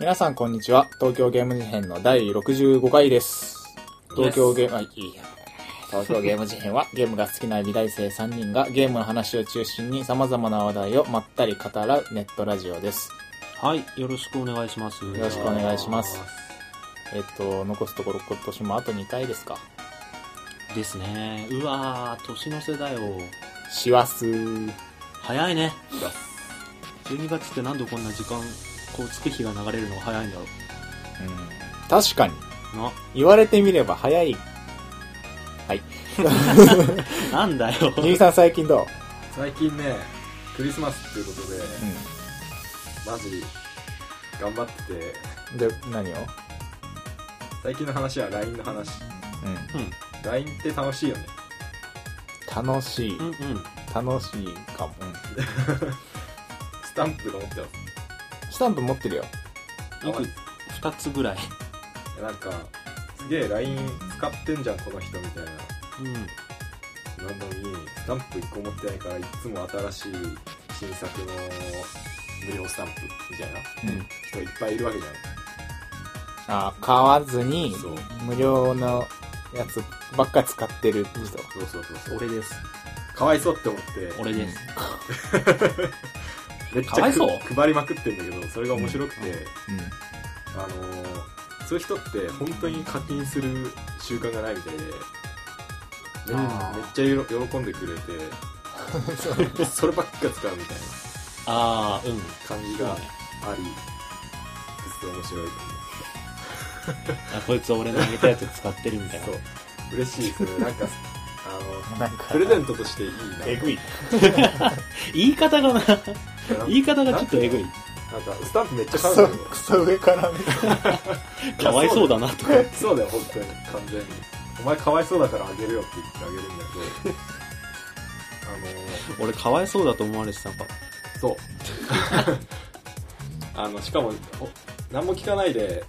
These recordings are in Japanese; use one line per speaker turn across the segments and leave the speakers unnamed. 皆さんこんにちは。東京ゲーム事変の第65回です。東京ゲーム、あ、いいや。東京ゲーム事変は ゲームが好きな美大生3人がゲームの話を中心に様々な話題をまったり語らうネットラジオです。
はい、よろしくお願いします。よ
ろしくお願いしますえっと、残すところ今年もあと2回ですか。
ですね。うわー、年の瀬だよ。
師走ー。
早いね。12月ってなんでこんな時間、こうつく日が流れるのが早いんだろ
うん確かに。
う。
言われてみれば早い。
な、なんだよ。
ゆいさん最近どう
最近ねクリスマスっていうことで、マジ頑張ってて
うん。で、何を
最近の話は LINE の話
う
う
LINE って楽しいよね
ん。楽しい
ん、う。ん、うん。
楽しいかも。
スタンプと思ってま
スタンプ持ってるよ。
す
よく2つぐらい。
あなんかすげえ LINE 使ってんじゃんこの人みたい
うん。
ななのにスタンプ1個持ってないからいつも新しい新作の無料スタンプみたいな
うん。
人いっぱいいるわけじゃない
あー、買わずに、
そう
無料のやつばっか使ってる人。
そうそうそうそう
俺です。
かわいそうって思って
俺です。
めっち
かわ
ゃ
いそう
く配りまくってんだけどそれが面白くて、
うん。
あのーそういう人って本当に課金する習慣がないみたいで、ねめ
あー
っちゃよろ喜んでくれ てそればっか使うみたいな
あー、うん。
感じ
そう
が
だ
あ
ね。
りすごい面白い
あこいつ俺のあげたやつ使ってるみたいな
と。思うそう嬉しい ですねなんかあ
なんか
のプレゼントとしていいな
えぐい。
言い方がな、
なんか
言い方がちょっとえぐい。
なんかスタンプめっち
ク
ゃ買う
ソ、
んだ
クソ上から見た。
けど
かわいそう
だ
だなとか。
そうだよ本当に完全にお前かわいそうだからあげるよって言ってあげるんだけ どあのー
俺かわいそうだと思われてたのか。
そう。 あの、しかも、ほ何も聞かないで、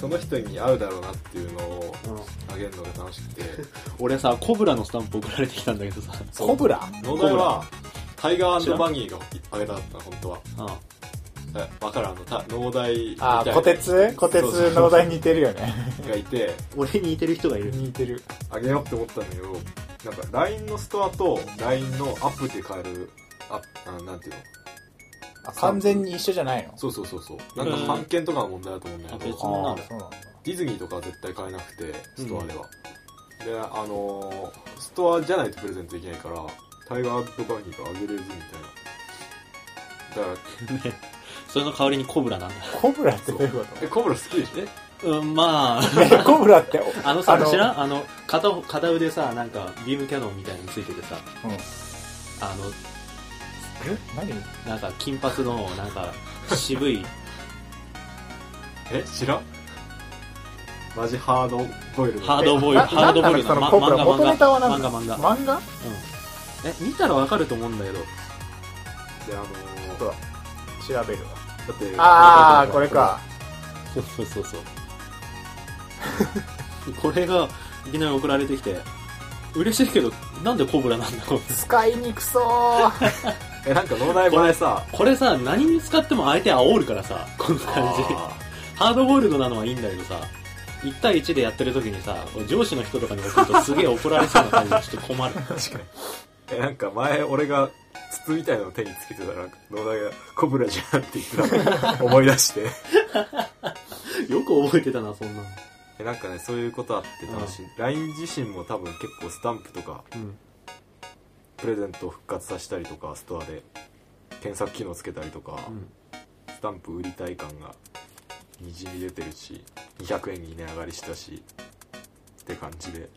その人に合うだろうなっていうのをあげるのが楽し くて、
俺さ、コブラのスタンプ送られてきたんだけどさ。
コブラ
農大は、タイガーバニーがあげたかったの、本当は。
うん。
えわかるあの、た農大みたいな
あー、虎鉄虎鉄
そうそう
のお題似てるよね。
がいて、
俺に似てる人がいる。
似てる。
あげようって思ったんだけど、なんか LINE のストアと LINE のアップで買える、あ、あなんていうの
あ完全に一緒じゃないの
そうそうそうそう。なんか版権とかの問題だと思うんだけ
うん
ど、
あ別そうなの
ーそうなんだ。
ディズニーとかは絶対買えなくてストアでは、であのーストアじゃないとプレゼントできないからタイガーバニーがあげれずみたいなだから
ねそれの代わりにコブラなんだ。
コブラってどういうこ
えコブラ好きでしょ
うん、まあ、
とねコブラって、
あのさ、
あの
知らんあの、片方、片腕さ、なんか、ビームキャノンみたいなのついててさ、
うん。
あの、
え何
なんか、金髪の、なん か、渋い、
え知らんマジハードボイル
ハードボイル、
な
ハードボイル
なんなのそのコブラ元ネタは何
漫画、漫画。
漫画
え、見たらわかると思うんだけど、
であのー
そう調べるわ。
だって
あー、これか。
そうそうそうそう。 これが、いきなり送られてきて、嬉しいけど、なんでコブラなんだろう。
使いにくそう
えなんか脳内前さ
これさ、何に使っても相手煽るからさ、この感じ。
あ
ハードボイルドなのはいいんだけどさ、1対1でやってる時にさ、上司の人とかに送るとすげえ怒られそうな感じでちょっと困る。
ー確かにえなんか前俺が筒みたいなの手につけてたら脳内がコブラじゃんって言ってたの思い出して
よく覚えてたな、そんなの。
えなんかねそういうことあって楽しい、LINE 自身も多分結構スタンプとか
うん。
プレゼントを復活させたりとかストアで検索機能つけたりとか、
うん。
スタンプ売りたい感がにじみ出てるし200円に値上がりしたしって感じで、うん、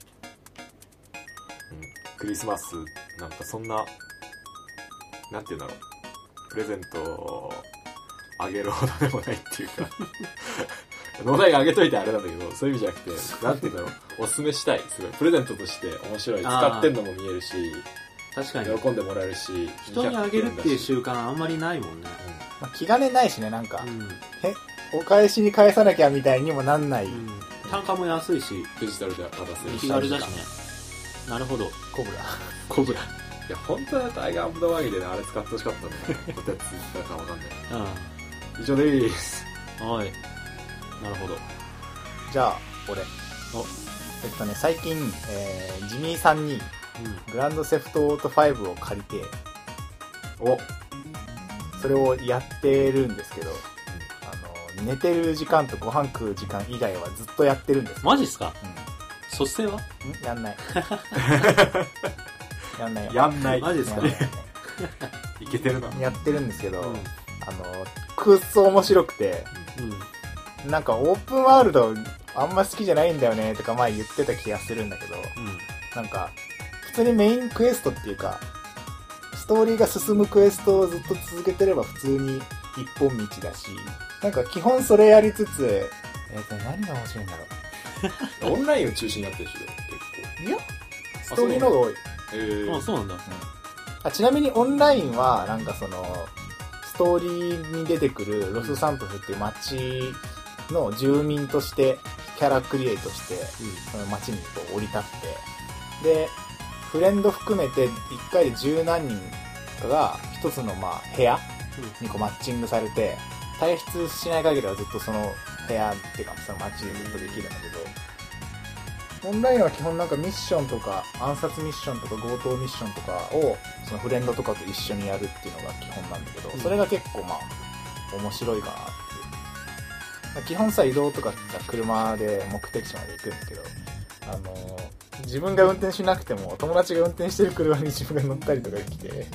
クリスマスなんかそんななんて言うんだろうプレゼントをあげるほどでもないっていうか農大があげといてあれなんだけどそういう意味じゃなくてなんて言うんだろうおすすめしたいすごいプレゼントとして面白い
あー
使ってんのも見えるし
確かに。
喜んでもらえるし
人にあげるっていう
200円だし
習慣あんまりないもんね。
まあ気兼ねないしね、なんか。
う
お返しに返さなきゃみたいにもなんない、
ん。うん。単価も安いし、
デジタルで渡せる
気軽だしね。なるほど。
コブラ。
コブラ。
いや、本当はタイガーアブドワギでね、あれ使ってほしかったんだよね。こてつだかわかんない。
うん。
以上でーす。
おい。なるほど。
じゃあ、俺。
お
えっとね、最近、えージミーさんに、
うん。
グランドセフトオート5を借りて、
お
それをやってるんですけど、あの、寝てる時間とご飯食う時間以外はずっとやってるんです。
マジっすか
うん
蘇生は
んやんない。やんないよ。
やんない
マジです
や
か
んないよね
いけてるな
やってるんですけど、
う
あ
ん。
の、くっそ面白くて、
うん。
なんかオープンワールドあんま好きじゃないんだよねとか前言ってた気がするんだけど、なんか、普通にメインクエストっていうか、ストーリーが進むクエストをずっと続けてれば普通に一本道だし、なんか基本それやりつつ、えっ、と、何が面白いんだろ
オンラインを中心にやってるしね
う。いや、ストーリーの方が多い。
結構え
あ、そうなんだ。
あちなみにオンラインは、なんかその、ストーリーに出てくるロスサントスっていう街の住民として、キャラクリエイトして、その街にこう降り立って、で、フレンド含めて1回で十何人かが一つのまあ部屋にこうマッチングされて、退出しない限りはずっとその部屋っていうかその街でずっとできるんだけど、オンラインは基本なんかミッションとか暗殺ミッションとか強盗ミッションとかをそのフレンドとかと一緒にやるっていうのが基本なんだけど、
うん
それが結構まあ面白いかなっていうまあ基本さ移動とか車で目的地まで行くんだけどあの自分が運転しなくても友達が運転してる車に自分が乗ったりとか来て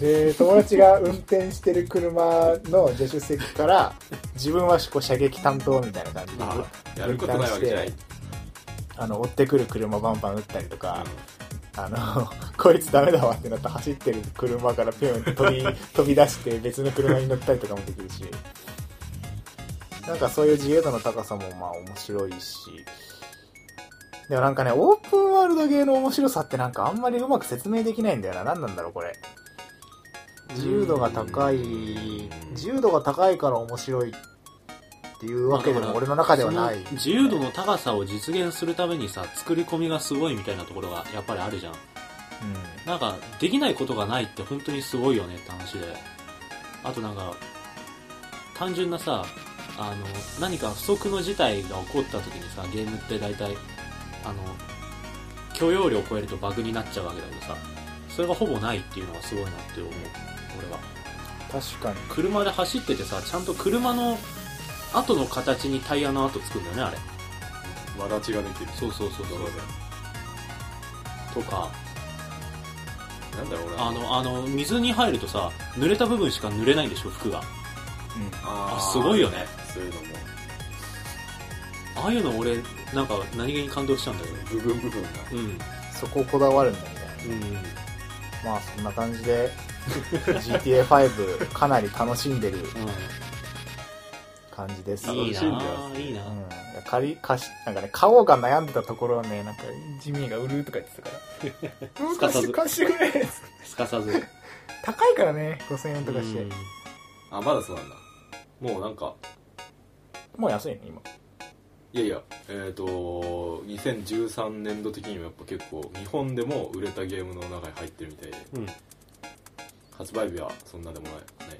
で友達が運転してる車の助手席から自分はこう射撃担当みたいな感じで
まあやることないわけじゃない
あの追ってくる車バンバン撃ったりとか、あの、 こいつダメだわってなって走ってる車からピュンって飛 び、飛び出して別の車に乗ったりとかもできるし、なんかそういう自由度の高さもまあ面白いし、でもなんかね、オープンワールドゲーの面白さってなんかあんまりうまく説明できないんだよな。何なんだろうこれ。自由度が高い、自由度が高いから面白いっていうわけでも俺の中ではない。
その自由度の高さを実現するためにさ、作り込みがすごいみたいなところがやっぱりあるじゃん。
うん
なんか、できないことがないって本当にすごいよねって話で。あとなんか、単純なさ、あの、何か不測の事態が起こった時にさ、ゲームって大体、あの、許容量を超えるとバグになっちゃうわけだけどさ、それがほぼないっていうのがすごいなって思う、俺は。
確かに。
車で走っててさ、ちゃんと車の後の形にタイヤの跡つくんだよね、あれ。
わだちができる
そうそうそう
そ
そうう。とか、
だなんだろうな
あの、あの、水に入るとさ、濡れた部分しか濡れないんでしょ、服が。あ
あー
すごいよね。
そういうのも
ああいうの俺、なんか何気に感動しちゃうんだけど。
部分部分が
うん。うん。
そここだわるんだよね。まあそんな感じで GTA5 かなり楽しんでる感じです。
うん。いいな
楽しんでま
ぁ、いいな
う
ぁ
ん。いや借り、貸し、なんかね、買おうか悩んでたところをね、なんか、ジミーが売るとか言ってたから。うん
すか
貸
さ
し
ず
て、貸してくれ
すかさず。う
高いからね、5000円とかして。
ん
あまだそうなんだもうなんか
もう安いね、今。
いやいやえっ、と2013年度的にもやっぱ結構日本でも売れたゲームの中に入ってるみたいで
うん。
発売日はそんなでもないない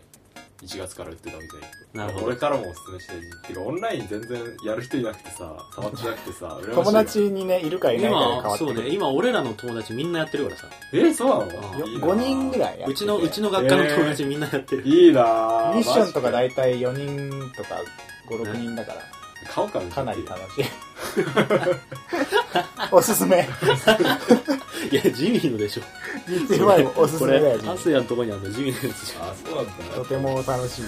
1月から売ってたみたい
なるほど
俺からもおすすめしたいてかオンライン全然やる人いなくてさ触ってなくてさ羨ましい
友達にね、いるかいないかで変わ
今、
って
そ
く
うね、
る。
今俺らの友達みんなやってるからさ。
えそうなの
あ
いいな
5人ぐらいやってて
うちの、うちの学科の友達みんなやってる。
いいなぁ
ミッションとか
マ
大
ジ
体4人とか5、6人だから、
で買おうかな
かなり楽 しい。おすすめ。
いや、ジミーので しょ。
GTA5 おすす
こ
めだ
れ
よ、、ジミ
ア
ー
スヤのとこにあるのジミーのやつじゃん。
あそうなんだ
とても楽 しい。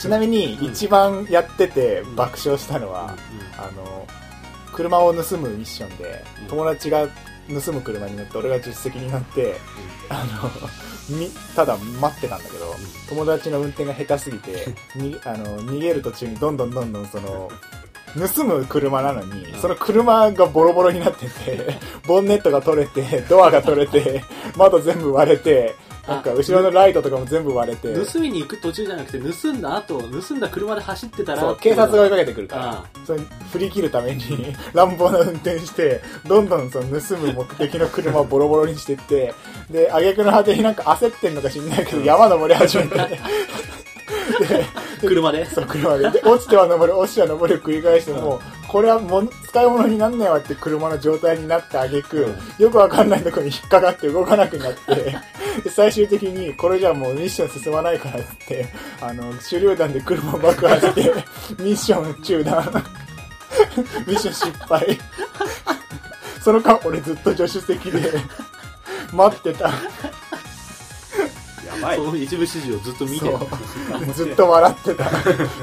ちなみに、一番やってて爆笑したのは、あの、車を盗むミッションで
うん、
友達が盗む車に乗って、俺が助手席になって、あの、み、ただ待ってたんだけど、友達の運転が下手すぎ て、に、あの、逃げる途中にどんどんどんどんその、盗む車なのに、
うん
その車がボロボロになって て、ボンネットが取れて、ドアが取れて、窓全部割れて、なんか後ろのライトとかも全部割れて、
盗みに行く途中じゃなくて、盗んだ後、盗んだ車で走ってた
そ
ら
う、、警察が追いか
け
けてくるから。
あ
それ振り切るために 乱暴な運転してどんどんその盗む目的の車をボロボロにしてってで挙句の果てになんか焦ってんのか知んないけど山登り始めてで
車で
そう車でで落ちては登る落ちては登る繰り返しても、これはもう使い物になんねえわって車の状態になった挙句、よくわかんないとこに引っかかって動かなくなってで最終的にこれじゃもうミッション進まないからっつってあの手榴弾で車を爆破 してミッション中断ミッション失敗その間俺ずっと助手席で待ってた
やばい
その一部始終をずっと見てる
そうずっと笑って た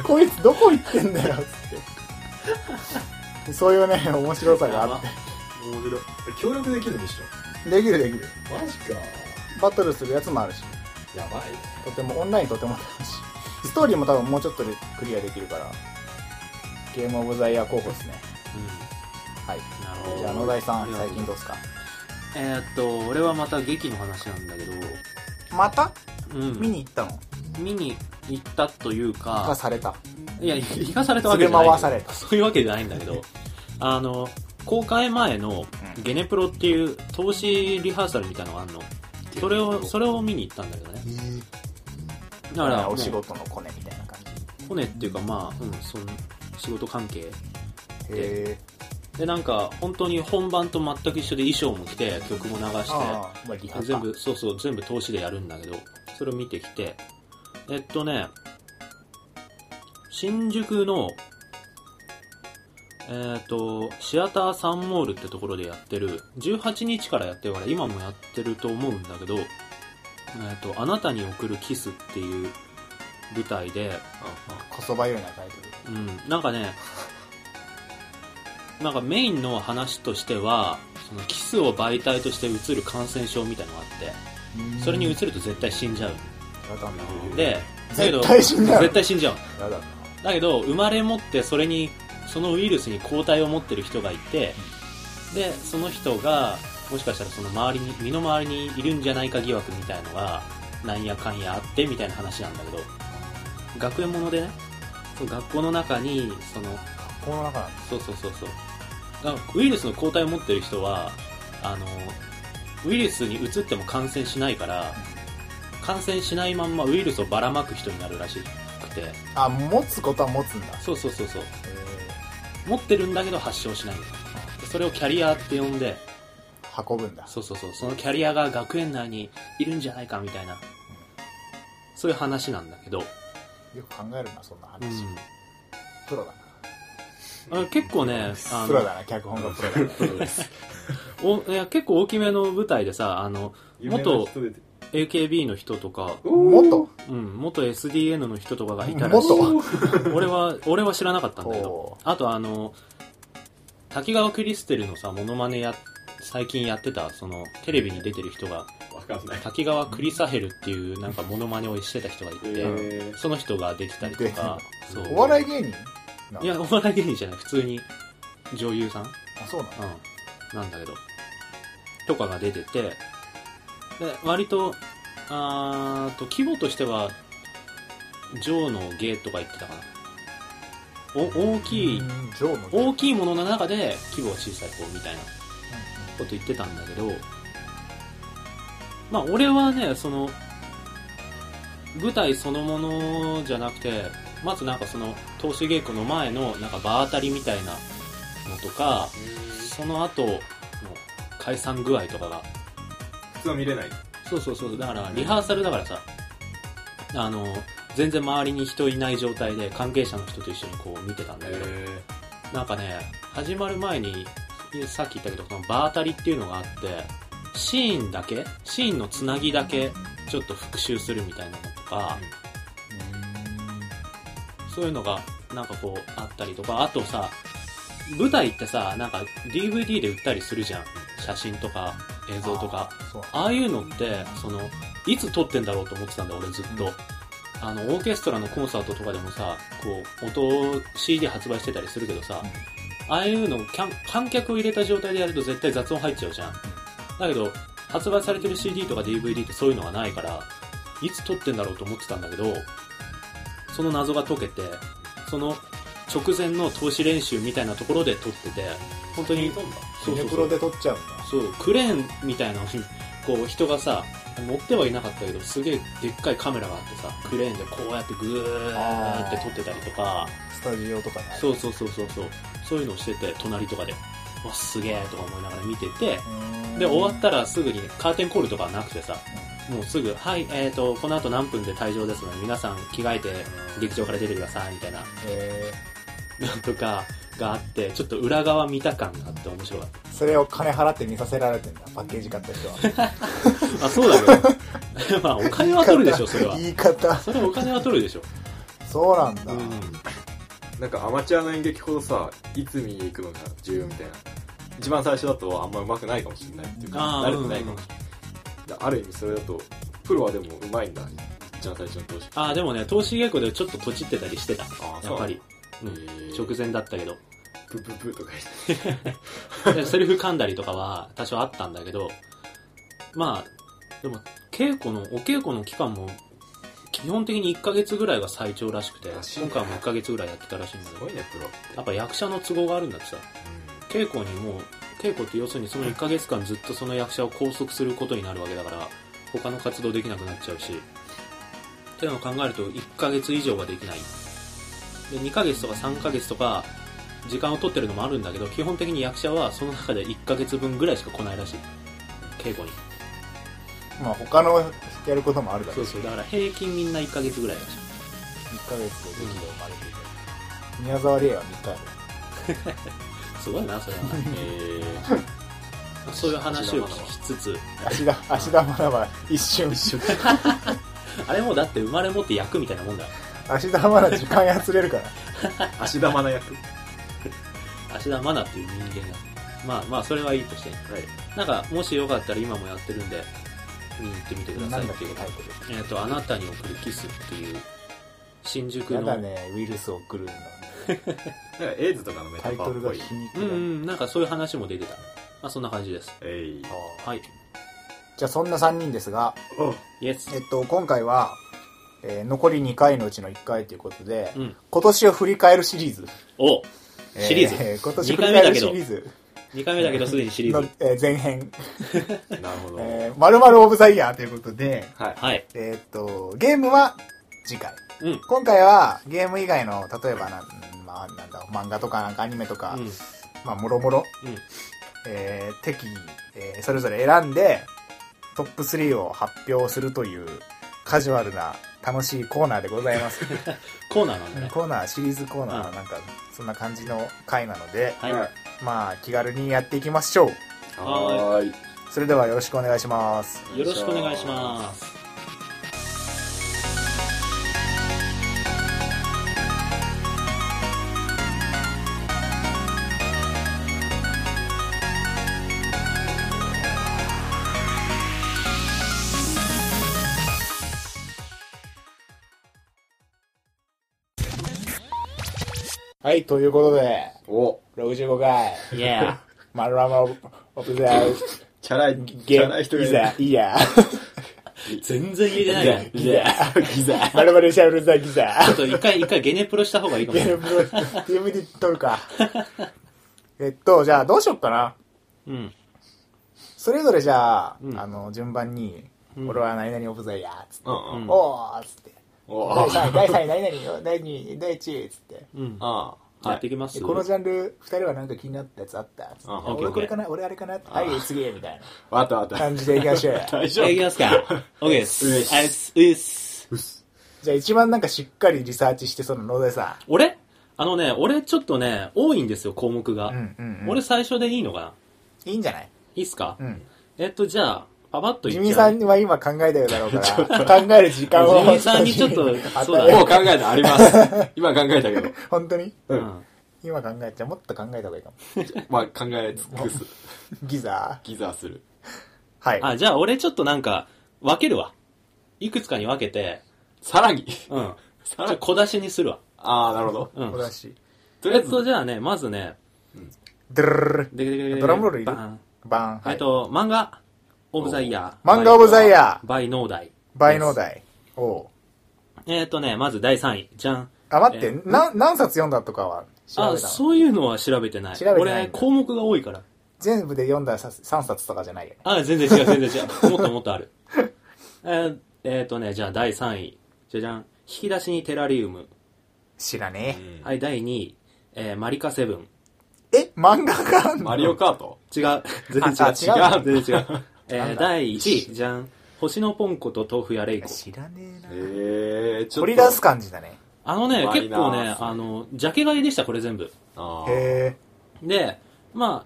こいつどこ行ってんだよっつってそういうね面白さがあっ
面白い協力できるでし
て
ょ
できるできる
マジか
バトルするやつもあるし
やばい
とてもオンラインとても楽しいストーリーも多分もうちょっとでクリアできるからゲームオブザイヤー候補ですねはい
うんなるほど
じゃあ野田井さ
あ
ん
りがと
最
う
近どうっすか
えーっと俺はまた劇の話なんだけど、
また
うん、
見に行ったの
見に行ったという
が
か
された
いや行かされたわ
す
け
げ
じゃない
回された
そういうわけじゃないんだ けど、あの、公開前の
うん
ゲネプロっていう投資リハーサルみたいなのがあるの。それを、それを見に行ったんだけどね。だから、
お仕
も
事のコネみたいな感
うコネっていうかまあ、うん、その、仕事関係。
じへえ
で、なんか、本当に本番と全く一緒で衣装も着て、曲も流して、
ああまあリハか
全部、そうそう、全部投資でやるんだけど、それを見てきて、えっとね、新宿の、えっと、シアターサンモールってところでやってる、18日からやってるから、今もやってると思うんだけど、えっと、あなたに送るキスっていう舞台で、
こそばゆいなタイト
うん、なんかね、なんかメインの話としては、そのキスを媒体として映る感染症みたいのがあって、
ル
それに移
や
ると絶対死んじゃう。
だな
で、だけど
絶対死んじゃう
絶対死んじゃう。
やだな
だけど、生まれ持ってそれに、そのウイルスに抗体を持ってる人がいて、で、その人が、もしかしたらその周りに、身の回りにいるんじゃないか疑惑みたいのが、なんやかんやあってみたいな話なんだけど、学園ものでね、そう学校の中に、その、
この中なんだ
そうそうそうそう。だからウイルスの抗体を持ってる人は、あの、ウイルスに移っても感染しないから、感染しないまんまウイルスをばらまく人になるらしくて、
あ持つことは持つんだ
そうそうそうそう。
へ
持ってるんだけど発症しないんだよでそれをキャリアって呼んで、
ー運ぶんだ
そうそうそう、そのキャリアが学園内にいるんじゃないかみたいな、そういう話なんだけど、
よく考えるなそんな話、プロだな
あ結構ね、あ
プロだな脚本がプロだな
おいや結構大きめの舞台でさ、あの、元 AKB の人とか、
元
うん、元 SDN の人とかがいたらしい
元
俺は、俺は知らなかったんだけ
お
ど、あとあの、滝川クリステルのさ、モノマネや、最近やってた、その、テレビに出てる人が、
わかんない
滝川クリサヘルっていうなんかモノマネをしてた人がいて、
え
その人ができたりとか、
で
そう
お笑い芸人
いや、お笑い芸人じゃない、普通に女優さん、う
あそうなの
ん、なんだけど、とかが出てて、で割と、あーと、規模としては、ジョーの芸とか言ってたかな。お大きい、
うんジョーの芸
大きいものの中で規模が小さい方みたいなこと言ってたんだけど、まあ俺はね、その、舞台そのものじゃなくて、まずなんかその、投資稽古の前のなんか場当たりみたいなのとか、その後の解散具合とかが、
普通は見れない
そうそうそう、だからリハーサルだからさ、あの、全然周りに人いない状態で関係者の人と一緒にこう見てたんだけど、なんかね、始まる前に、さっき言ったけど、この場当たりっていうのがあって、シーンだけ、シーンのつなぎだけ、ちょっと復習するみたいなのとか、そういうのが、なんかこう、あったりとか、あとさ、舞台ってさ、なんか DVD で売ったりするじゃん。写真とか、映像とか。
そう
ああいうのって、その、いつ撮ってんだろうと思ってたんだ、俺ずっと。
うん
あの、オーケストラのコンサートとかでもさ、こう、音、CD 発売してたりするけどさ、ああいうのをキャン観客を入れた状態でやると絶対雑音入っちゃうじゃん。だけど、発売されてる CD とか DVD ってそういうのがないから、いつ撮ってんだろうと思ってたんだけど、その謎が解けて、その直前の投資練習みたいなところで撮ってて、本当に、
シネプロで撮っちゃうんだ
そう、クレーンみたいなのに、こう人がさ、乗ってはいなかったけどすげえでっかいカメラがあってさクレーンでこうやってグーって撮ってたりとか
スタジオとかない
そうそうそうそうそうそういうのをしてて隣とかで「わすげえ」とか思いながら見ててで終わったらすぐにカーテンコールとかはなくてさもうすぐ「はい、えー、とこの後何分で退場ですので皆さん着替えて劇場から出てください」みたいな
え
なんとかがあってちょっと裏側見た感があって面白かっ
ーそれを金払って見させられてんだパッケージ買った人 は
たあそうだけど まあお金は取るでしょそれは
言い方
それはお金は取るでしょ
そうなんだ、
うん
なんかアマチュアの演劇ほどさいつ見に行くのが重要みたいな一番最初だとあんま上手くないかもしれないっていうか
あー
慣れてないかもしれない、ある意味それだとプロはでも上手いんだ一番最初の投資
ああでもね投資稽古でちょっととちってたりしてた
あー
やっぱり
そうなんだへー
直前だったけど
プープープーとか言って
でセリフ噛んだりとかは多少あったんだけど、まあ、でも、稽古の、お稽古の期間も、基本的に1ヶ月ぐらいが最長らしくて、
らしいね
今回も1ヶ月ぐらいやってたらしいんだけ
す
ど
ご、いねプロって
やっぱ役者の都合があるんだってさ、
う
稽古にもう、稽古って要するにその1ヶ月間ずっとその役者を拘束することになるわけだから、他の活動できなくなっちゃうし、っていうのを考えると1ヶ月以上はできない。で、2ヶ月とか3ヶ月とか、時間を取ってるのもあるんだけど、基本的に役者はその中で1ヶ月分ぐらいしか来ないらしい。稽古に。
まあ他のやることもあるだ
そ
ろ
う
う
そう。だから平均みんな1ヶ月ぐらいらしい。
1ヶ月で劇場生まれている、宮沢りえは3日ある
すごいな、そ れは。
んえ
そういう話を聞きつつ、
芦田芦田愛菜は一瞬芦
あれもうだって生まれ持って役みたいなもんだよ。
田愛菜時間やつれるから
ー、足玉の役はい
芦田愛菜っていう人間が。まあまあ、それはいいとして。なんか、もしよかったら今もやってるんで、見に行ってみてくださ
ないん
っ
だってけ
いう
タイトル
えっ、と、あなたに送るキスっていう、新宿
やだ
の、
ねウイルスを送るの
なんかエイズとかのメタ
タイ
ファ
トル
ーっ
が
ぽい
皮肉
う
だ、
んうん、なんかそういう話も出てた。まあ、そんな感じです。
えい
ああ
はい。
じゃあそんな3人ですが、
お
イエス
え。っと、今回は、えー残り2回のうちの1回ということで、
うん。
今年を振り返るシリーズ
おシリーズ、
えー今年
2
振り
回目
返
だ
る
け
シ
ど
リ、ーズ
2回目だけどすでにシリー
の
ズ。、
えー前編
なるほ
「
ど、
えー、〇〇オブザイヤー」ということで、
はい
はい。
えーっとゲームは次回
うん。
今回はゲーム以外の例えばなん,、まあ、なんだ漫画とかなんかアニメとか、
うん。
まあもろもろ
うん。
えー適宜、えーそれぞれ選んでトップ3を発表するというカジュアルな楽しいコーナーでござい ます
コーナーなんだね。
コーナーシリーズコーナーなんかそんな感じの回なので
はい。
まあ気軽にやっていきましょう
はーい
それではよろしくお願いします
よろしくお願いします。
はいということで
お
65回
いや
「マルラマオブオ ブザ
チャラい
ゲ
チャラい人
ーム
が
イ
いる
ザイヤ
全然言えてないね。
ー
ち
ギザーギザーマルマルシャルザギザ
ょっと一回、一回ゲネプロした方がいいかも
ゲ
しれ
ー
ない。
ムプロ DVD 撮るかえっとじゃあどうしよっかな
うん。
それぞれじゃあ、
うん
あの順番に、
うん
俺は何々オブザイヤー」つって
うんうん
「おー」っつって「
お
第
あ
3位第3位何々よ第2位第1位」っつって
うん。
あー
や
は
ってい
い
きます
でこのジャンル2人はなんか気になったやつあったっつって
あ
俺
OK
これかな俺あれかなはい次みたい
わかった
な
わかっ
感じでいきましょうよ
た大丈
じゃあ行き
夫
ます か。OK です。
うっす
あうっすうっす。
うっす
じゃあ一番なんかしっかりリサーチしてその野田さ
俺あのね、俺ちょっとね、多いんですよ、項目が。
んうんうん、うん、
俺最初でいいのかない
いんじゃない
いいっすか、
うん
えっと、じゃあ、パパッと
ジ
言っ
ミー
ちゃ
さ。
うん
は今考えてるだろうから考える時間を
ジミーさんに ちょっとそうだ
与え
ね
る
もう考えたあります今考えたけど
本当に
う
うんん。
今考えちゃうもっと考えた方がいいかも
まあ考え尽くす
ギザー
ギザーする
はい
あ、じゃあ俺ちょっとなんか、分けるわ。いくつかに分けて、
さらに
うん。じ
さ
ゃ
ら
あ
に
小出しにするわ。
ああなるほど
うん
お。だし
とりあ
え
え
っと、
ず
じゃあね、まずね、
ドゥルルルル
ででででで
ドラムロールいる
バーン
バーン、は
え
い
っと、漫画、オブザイヤー。
漫画オブザイヤー
バイノーダイ。
倍農大おう
えっとね、まず第3位。じゃん。
あ待って、
え
な何冊読んだとかは調
あ、
べたの
そういうのは調べてない。
調べてないんだ
俺、項目が多いから。
全部で読んだ3冊とかじゃないよね
あ、全然違う、全然違う。もっともっとある。えーえーとね、じゃあ第3位。じゃじゃん。引き出しにテラリウム。
知らね
うん
はい、第2位。えーマリカセブン。
え。え、漫画があんの
マリオカート
違う。全
ああ違
然違う。違う。全然違う。え
なん
ー、
だ
第1位。じゃん。星のポンコと豆腐やレイコ。
知らねえな。
ええー、ちょっと。
取り出す感じだね。
あのね、
マイ
結
ナー
構ね、あの、ジャケ買いでした、これ全部。
あー
へ
で、まあ、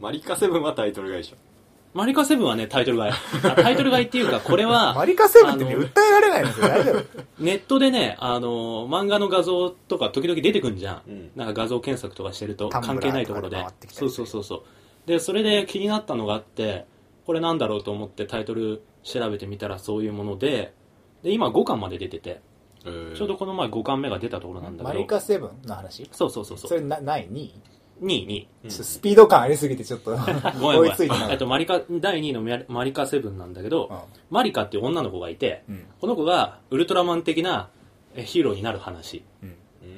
マリカセブンはタイトルがいいでしょ。
マリカセブンはね、タイトル買い。あタイトル買いっていうか、これ
え。
は、
マリカセブンってね、
あの
訴えられないのそれ大丈夫
ネットでね、あの、漫画の画像とか時々出てくんじゃん。
うん
なんか画像検索とかしてると
タンブラー
関係ないところ
と
で
かで回って。きた
そ
り
う
する
そうそうそう。で、それで気になったのがあって、これなんだろうと思ってタイトル調べてみたらそういうもので、で、今5巻まで出てて、
えー
ちょうどこの前5巻目が出たところなんだ
マ
け
リ
ど、
カセブンの話
そうそうそう
そ
そう。
れな、ない ?2 位
2位、2位。
うん
ちょっとスピード感ありすぎてちょっと
ごめんご
追
め
い ついて
ん。
な
えっ
い。
と、マリカ、第2位のマリマリカセブンなんだけど、マリカっていう女の子がいて、
うん。
この子がウルトラマン的なえヒーローになる話。
うん。
うー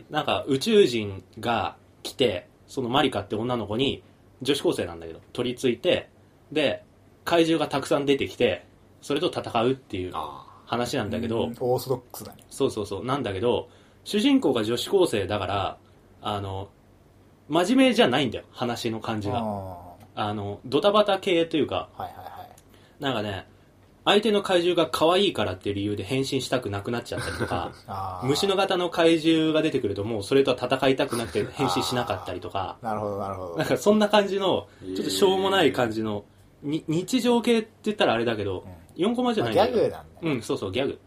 ん。
なんか宇宙人が来て、そのマリカって女の子に、女子高生なんだけど、取り付いて、で、怪獣がたくさん出てきて、それと戦うっていう
あ
話なんだけど、
うんオーソドックスだね。
そうそうそう、なんだけど、主人公が女子高生だから、あの、真面目じゃないんだよ、話の感じ
ああ
が。あの、ドタバタ系というか、
はいはいはい。
なんかね、相手の怪獣が可愛いからっていう理由で変身したくなくなっちゃったり とか、
ああ。
虫の型の怪獣が出てくるともうそれとは戦いたくなくて変身しなかったりとか、
なるほどなるほ
な
ど
ん。かそんな感じの、
えー
ちょっとしょうもない感じの、に日常系って言ったらあれだけど、4コマじゃ
ま
な
あ
いん
ギ
だ
ャ
け
グ
ど。
なんだ
う
ね。
ん、そうそう、ギャグ。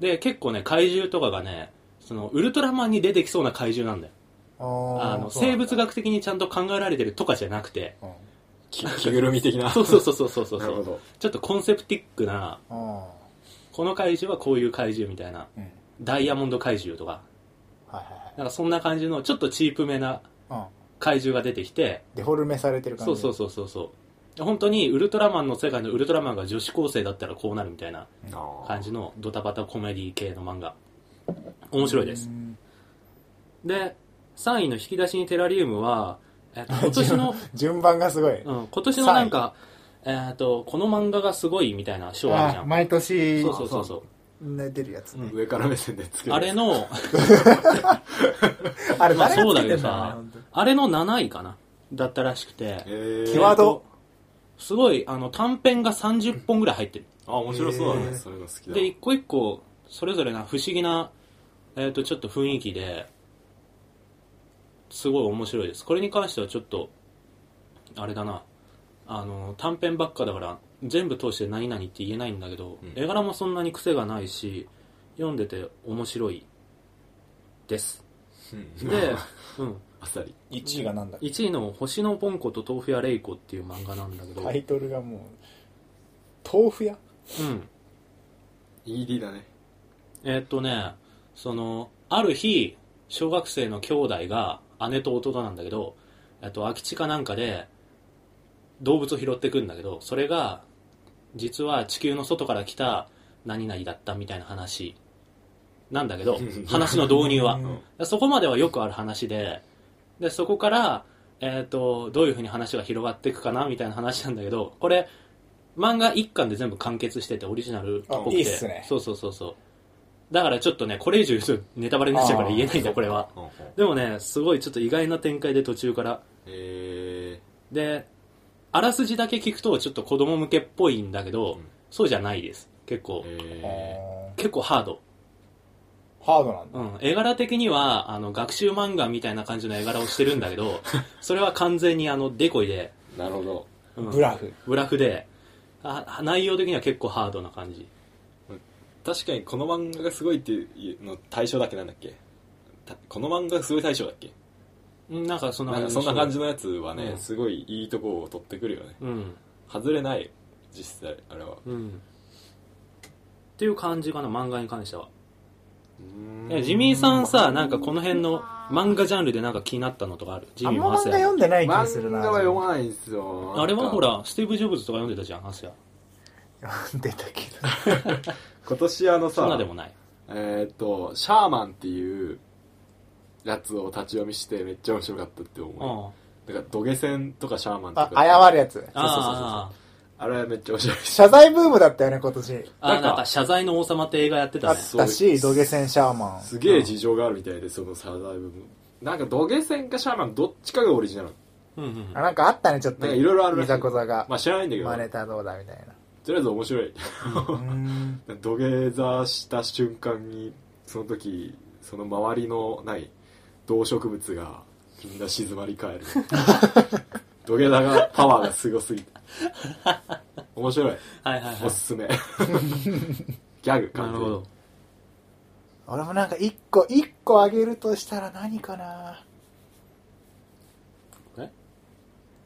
で、結構ね、怪獣とかがね、その、ウルトラマンに出てきそうな怪獣なんだよ。あ
あ
の、
ーそうな
生
んだ
物学的にちゃんと考えられてるとかじゃな くて、
うん
ーき着ぐるみ的な。
そうそうそうそうそうそう
なるほど。
ちょっとコンセプティックな、
あ
この怪獣はこういう怪獣みたいな、
ーうん。
ダイヤモンド怪獣とか、
はい
なんかそんな感じの、ちょっとチープめな
はいはい。
怪獣が出てきて、
うん。デフォルメされてる感じ。
そうそう
そ
そうそうそう本当にウルトラマンの世界のウルトラマンが女子高生だったらこうなるみたいな
あ
感じのドタバタコメディ系の漫画面白いです。で3位の「引き出しにテラリウムは」えっと今年の、
順番がすごい。
うん、今年のなんか、えっとこの漫画がすごいみたいな賞あるじゃ
あ
ん
毎年
そうそうそうそう
ね出るやつね。
上から目線でつける。
あれ の
あれ
まあ
誰
そ
がつけてん
うだけど
だろう
さ
ね本当に
あれの7位かなだったらしくて
えー、
キワード。
すごいあの短編が30本ぐらい入ってる
あ、面白そうだね。
えー
それが好きだ。
で一個一個それぞれが不思議な、えー、とちょっと雰囲気ですごい面白いですこれに関してはちょっとあれだなあの短編ばっかだから全部通して何々って言えないんだけど、
うん
絵柄もそんなに癖がないし読んでて面白いです
うん
で、うん、
あさり。
1位がなんだっけ
1位の「星のポンコと豆腐屋レイコ」っていう漫画なんだけど、
タイトルがもう、豆腐屋
うん、
ED だね。、
えーっとね、その、ある日、小学生の兄弟が、姉と弟なんだけど、えっと、空き地かなんかで、動物を拾ってくんだけど、それが、実は地球の外から来た何々だったみたいな話、なんだけど話の導入は。
うん
そこまではよくある話で、で、そこから、えっ、と、どういう風に話が広がっていくかな、みたいな話なんだけど、これ、漫画1巻で全部完結してて、オリジナルっぽく
あ
て。
いいっすね
そうそうそうそう。だからちょっとね、これ以上言うと ネタバレになっちゃうから言えないんだ
あ
よ、
ー
これは。
うんうん
でもね、すごいちょっと意外な展開で途中から。
え
で、あらすじだけ聞くとちょっと子供向けっぽいんだけど、
うん
そうじゃないです。結
ー、
構、
え
あ
結構ハード。
ーハードなんだ。
うん、絵柄的にはあの学習漫画みたいな感じの絵柄をしてるんだけ どそれは完全にあのデコイで、
ー、なるほど。
うん
ブラフ。
ブラフであ内容的には結構ハードな感じ
確かにこの漫画がすごいっていうの対象だっけなんだっけたこの漫画がすごい対象だっけ
うんなんかそんな
なん
感
か
じ
そんな感じのやつはね、
うん
すごいいいとこを取ってくるよね。
うん
外れない、実際、あれは。
うんっていう感じかな漫画に関しては
うん
えジミーさんさなんかこの辺の漫画ジャンルでなんか気になったのとかあるジ
あん
ミー
ま
もア
漫
セ
画読んでない気
漫画
が
は
するな。
読まないんですよ。
あれはほ
なんから
スティーブ・ジョブズとか読んでたじゃんアセア
読んでたけど。
今年あの
そんな
さ
で、もない
えーっと、シャーマンっていうやつを立ち読みしてめっちゃ面白かったって思う。
あ
だから土下線とかシャーマンと
あ
か。、
謝るやつ。
ああ
あれはめっちゃ面白いです。
謝罪ブームだったよね、今年。
あ、
なんか
なんか謝罪の王様って映画やって
あ
たね。
ったし、土下戦シャーマン。
すげえ事情があるみたいで、そのサーダイブも。なんか土下線かシャーマンどっちかがオリジナル。
うんうん。
あ、なんかあったね、ちょっと。
なんかいろいろあるら
い
しい
ざこざが。
まあ知らないんだけど、
マネタどうだみたいな。
とりあえず面白い。
うーん。
土下座した瞬間に、その時、その周りのない動植物がみんな静まり返る。土下座がパワーがすごすぎて。面白い。
はいはいは
お
い
す。すめ。ギャグ
な
感
る
じ
ほど。
俺もなんか一個、一個あげるとしたら何かな
え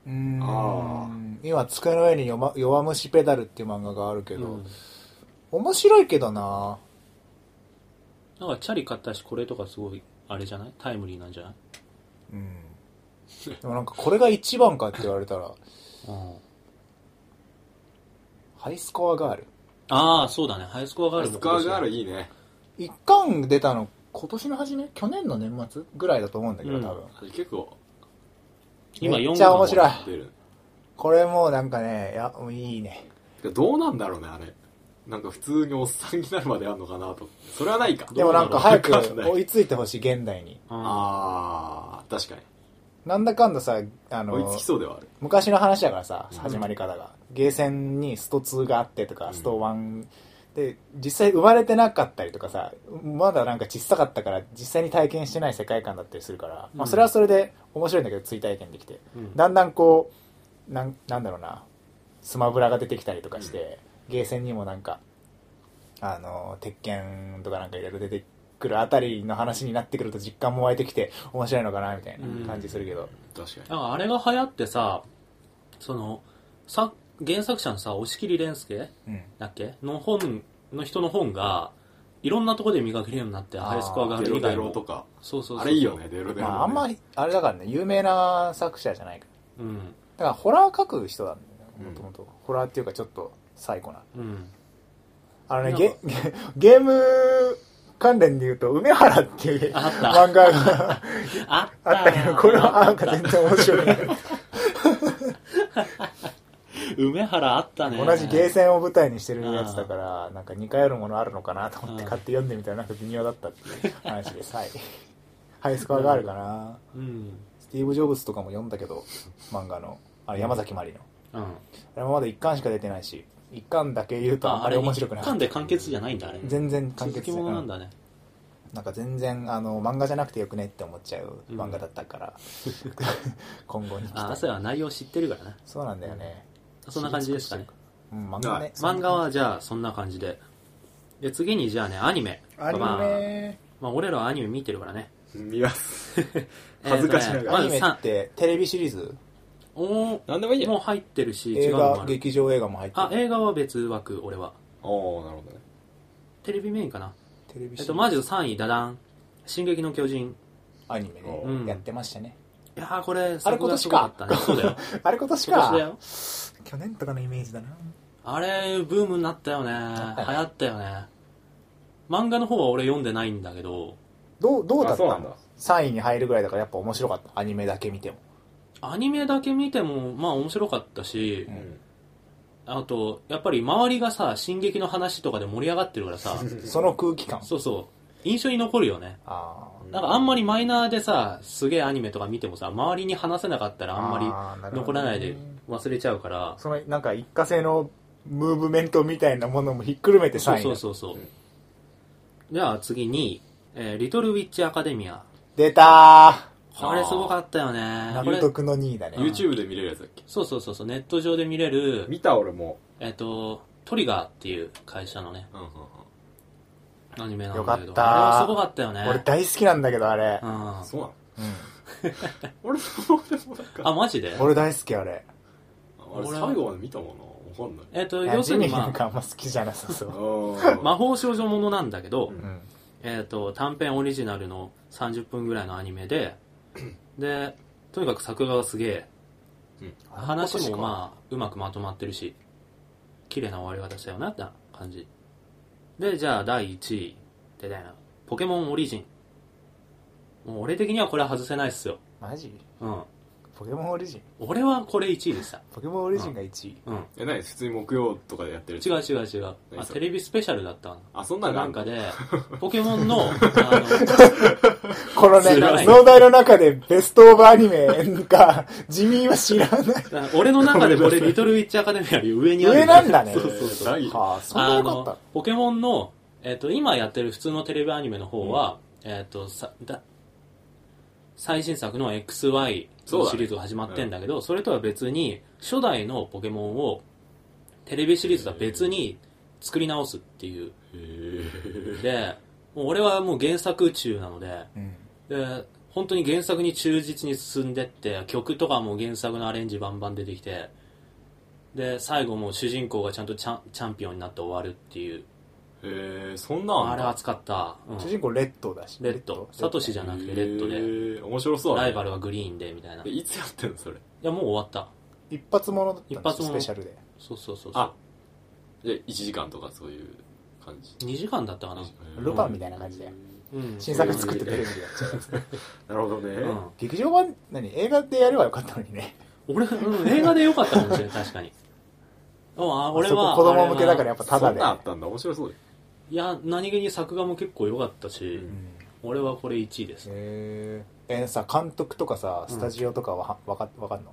うーん
あ
今、机の上に弱弱虫ペダルっていう漫画があるけど、
うん
面白いけどな
なんかチャリ買ったし、これとかすごい、あれじゃないタイムリーなんじゃない
うん。でもなんかこれが一番かって言われたら、
うん。
ハイスコアガール。
ああ、そうだね。ハイスコアガール
スカーガール
ル。
いいね。
一巻出たの、今年の初め去年の年末ぐらいだと思うんだけど、
うん
多分。
結構
今
め
4
っちゃ面白い。
出る。
これもうなんかね、いや、もういいね。
どうなんだろうね、あれ。なんか普通におっさんになるまであんのかなと。それはないか。
でもなんか早 く
どうなの
追いついてほしい、現代に。
あ
あー、確かに。
なんだかんださ、あ
追い
の
つき、そうではある。
昔の話だからさ、
うん
始まり方が。ゲーセンにスト2があってとか、スト1、で、実際生まれてなかったりとかさ、まだなんか小さかったから、実際に体験してない世界観だったりするから、ま
う
あ
ん
それはそれで面白いんだけど、追体験できて。
うん
だんだんこう、なん、なんだろうな、スマブラが出てきたりとかして、ゲーセンにもなんか、あの、鉄拳とかなんかいろいろ出てくるあたりの話になってくると実感も湧いてきて、面白いのかな、みたいな感じするけど。
確かに。
なんかあれが流行ってさ、その、さ原作者のさ、押切蓮介
うん。
だっけの本の人の本が、いろんなとこで見かけるようになって、
あー
ハイスコアガー
デ
ル
ロ
以
デ
外
ロ
も。
とか。
そうそうそう。
あれいいよ。ね、デロデロ、ね。
まあ、あんまり、あれだからね、有名な作者じゃないから。
うん。
だから、ホラー描く人なんだよね、
うん
もともと。ホラーっていうか、ちょっと、最古な。
うん。
あのね、
なん
ゲ
か、
ゲ ゲーム関連で言うと、梅原っていう
あった
漫画 が
あった
あったけど、これはなんか全然面白くない。
梅原あったね。
同じゲーセンを舞台にしてるやつだから、なんか似通るものあるのかなと思って
うん
買って読んでみたらなんか微妙だったっていう話 です。はい。ハイスコアがあるかな。
うん。
スティーブ・ジョブズとかも読んだけど、漫画の。あれ、山崎まりの。
うん。
あれもまだ1巻しか出てないし、1巻だけ言うとあんまり面白くない
一。巻で完結じゃないんだ、あれ。
全然完
続
結
きものなんだね。
なんか全然、あの、漫画じゃなくてよくねって思っちゃう漫画だった から、今後に期
あ、
待。
朝は内容知ってるからね。
そうなんだよね。
そんな感じですかね。
うん、漫画ね。
漫画はじゃあそんな感じで。で、次にじゃあね、アニメ。
アニ
まあ、
メ、
まあ俺らはアニメ見てるからね。
見ます。恥ずかしながら
ま
アニ
ず
メ
さ
っ、てテレビシリーズ
おー
なんでもいいじゃん
もう入ってるし、違
映
うのも
画
あ、る。
劇場映画も入って
あ、
る。
映画は別枠、俺は。
おー、なるほどね。
テレビメインかな。
テレビ
えっ
シ
と、
リー
ま
ズ
ず3位、ダダン。進撃の巨人。
アニメね、
うん
やってましたね。
いやーこれ、
あれ今年
作画
か
すごったね。そうだよ。
あれ今年
今年だ
か。
よ。
去年とかのイメージだな。
あれ、ブームになったよね。流
ったね
行ったよね。漫画の方は俺読んでないんだけど、
どう、どうだった
あそうなん
の
だ
?3 位に入るぐらいだからやっぱ面白かった。アニメだけ見ても。
アニメだけ見ても、まあ面白かったし、
う
うんん。
あと、やっぱり周りがさ、進撃の話とかで盛り上がってるからさ、
その空気感。
そうそう、印象に残るよね。
あ
なんかあんまりマイナーでさ、すげえアニメとか見てもさ、周りに話せなかったらあんま
あーなるほどね
り残らないで忘れちゃうから
あ。、そのなんか一過性のムーブメントみたいなものもひっくるめて3位
そう
だ
そうそうそう。じゃあ次に、えーリトルウィッチアカデミア。
出た
これすごかったよね
ー。
これ
納、得の2位だね。
YouTube で見れるやつだっけ
そうそうそうそう、ネット上で見れる、
見た俺も。
えっ、と、トリガーっていう会社のね、
うんうんうん。
アニメなんだけど、
よかった
あれはすごかったよね。
俺大好きなんだけどあれ
う。ん。
そうな
う
の俺も、 俺もなんか、
あ、マジで
ん。俺大好きあれ。
あれ
俺
最後まで見たもんな。わかんない。
えっ、と、
いや
要す
ジ
る
ミ
に
ーなん
ま
かあんま好きじゃなさそう。
あ、
うん
魔法少女ものなんだけど、
うん
うん。
えっ、と、短編オリジナルの30分ぐらいのアニメで、で、とにかく作画がすげえ、話もまあ、うまくまとまってるし、綺麗な終わり方したよなって感じ。で、じゃあ第1位、でだよな、ポケモンオリジン。もう俺的にはこれは外せないっすよ。
あ。マジ
うん。
ポケモンオリジン
俺はこれ1位でした。
ポケモンオリジンが1位。
うん。
え、何普通に木曜とかでやってる
違う。違う違う。あ
何それ
テレビスペシャルだったの。
あ、そんなの
な
あ
んん
の
かで、ポケモンの、あ
このね、
知らない
農大の中でベストオブアニメ が、地味は知らない。
の、 俺の中でこれ、リトルウィッチアカデミアより上にある。
上なんだね
そうそうそう。
第一
はあ、そんな
あ
よかった
の。、ポケモンの、えっ、と、今やってる普通のテレビアニメの方は、えっ、と、さ、だ、最新作の XY
そ
の
うだね
シリーズが始まってんだけど、それとは別に、初代のポケモンを、テレビシリーズとは別に作り直すっていう。で、もう俺はもう原作中なので、
うん
で、本当に原作に忠実に進んでって、曲とかも原作のアレンジバンバン出てきて、で、最後もう主人公がちゃんとチャンチャンピオンになって終わるっていう。
えー、そんな
あれ
ん
熱かった。うん
主人公レッドだし。
レッド。サトシじゃなくてレッドで、
で。面白そうだ
ラ
ね
イバルはグリーンで、みたいな。
え
い
いつやってんのそれ。
や、もう終わった。
一発ものだったんですよ
一発も
ス
の
ペシャルで。
そうそうそうそう。
あ、じゃあ1時間とかそういう感じ。
2時間だったかな。
ルパンみたいな感じで。
うん。
新作作ってテレビでやっちゃう。
なるほどね。
うん。
劇場版、何映画でやればよかったのにね。
俺、うん、映画で良かったかもしれない、確かに。うん、あ俺
そこ
は。
子供向けだからや
あれは
っぱタダ
そん
で
な。んあったんだ。面白そうで。
いや、何気に作画も結構良かったし、
うん
俺はこれ1位です。
へええさ監督とかさスタジオとかはわかわかんの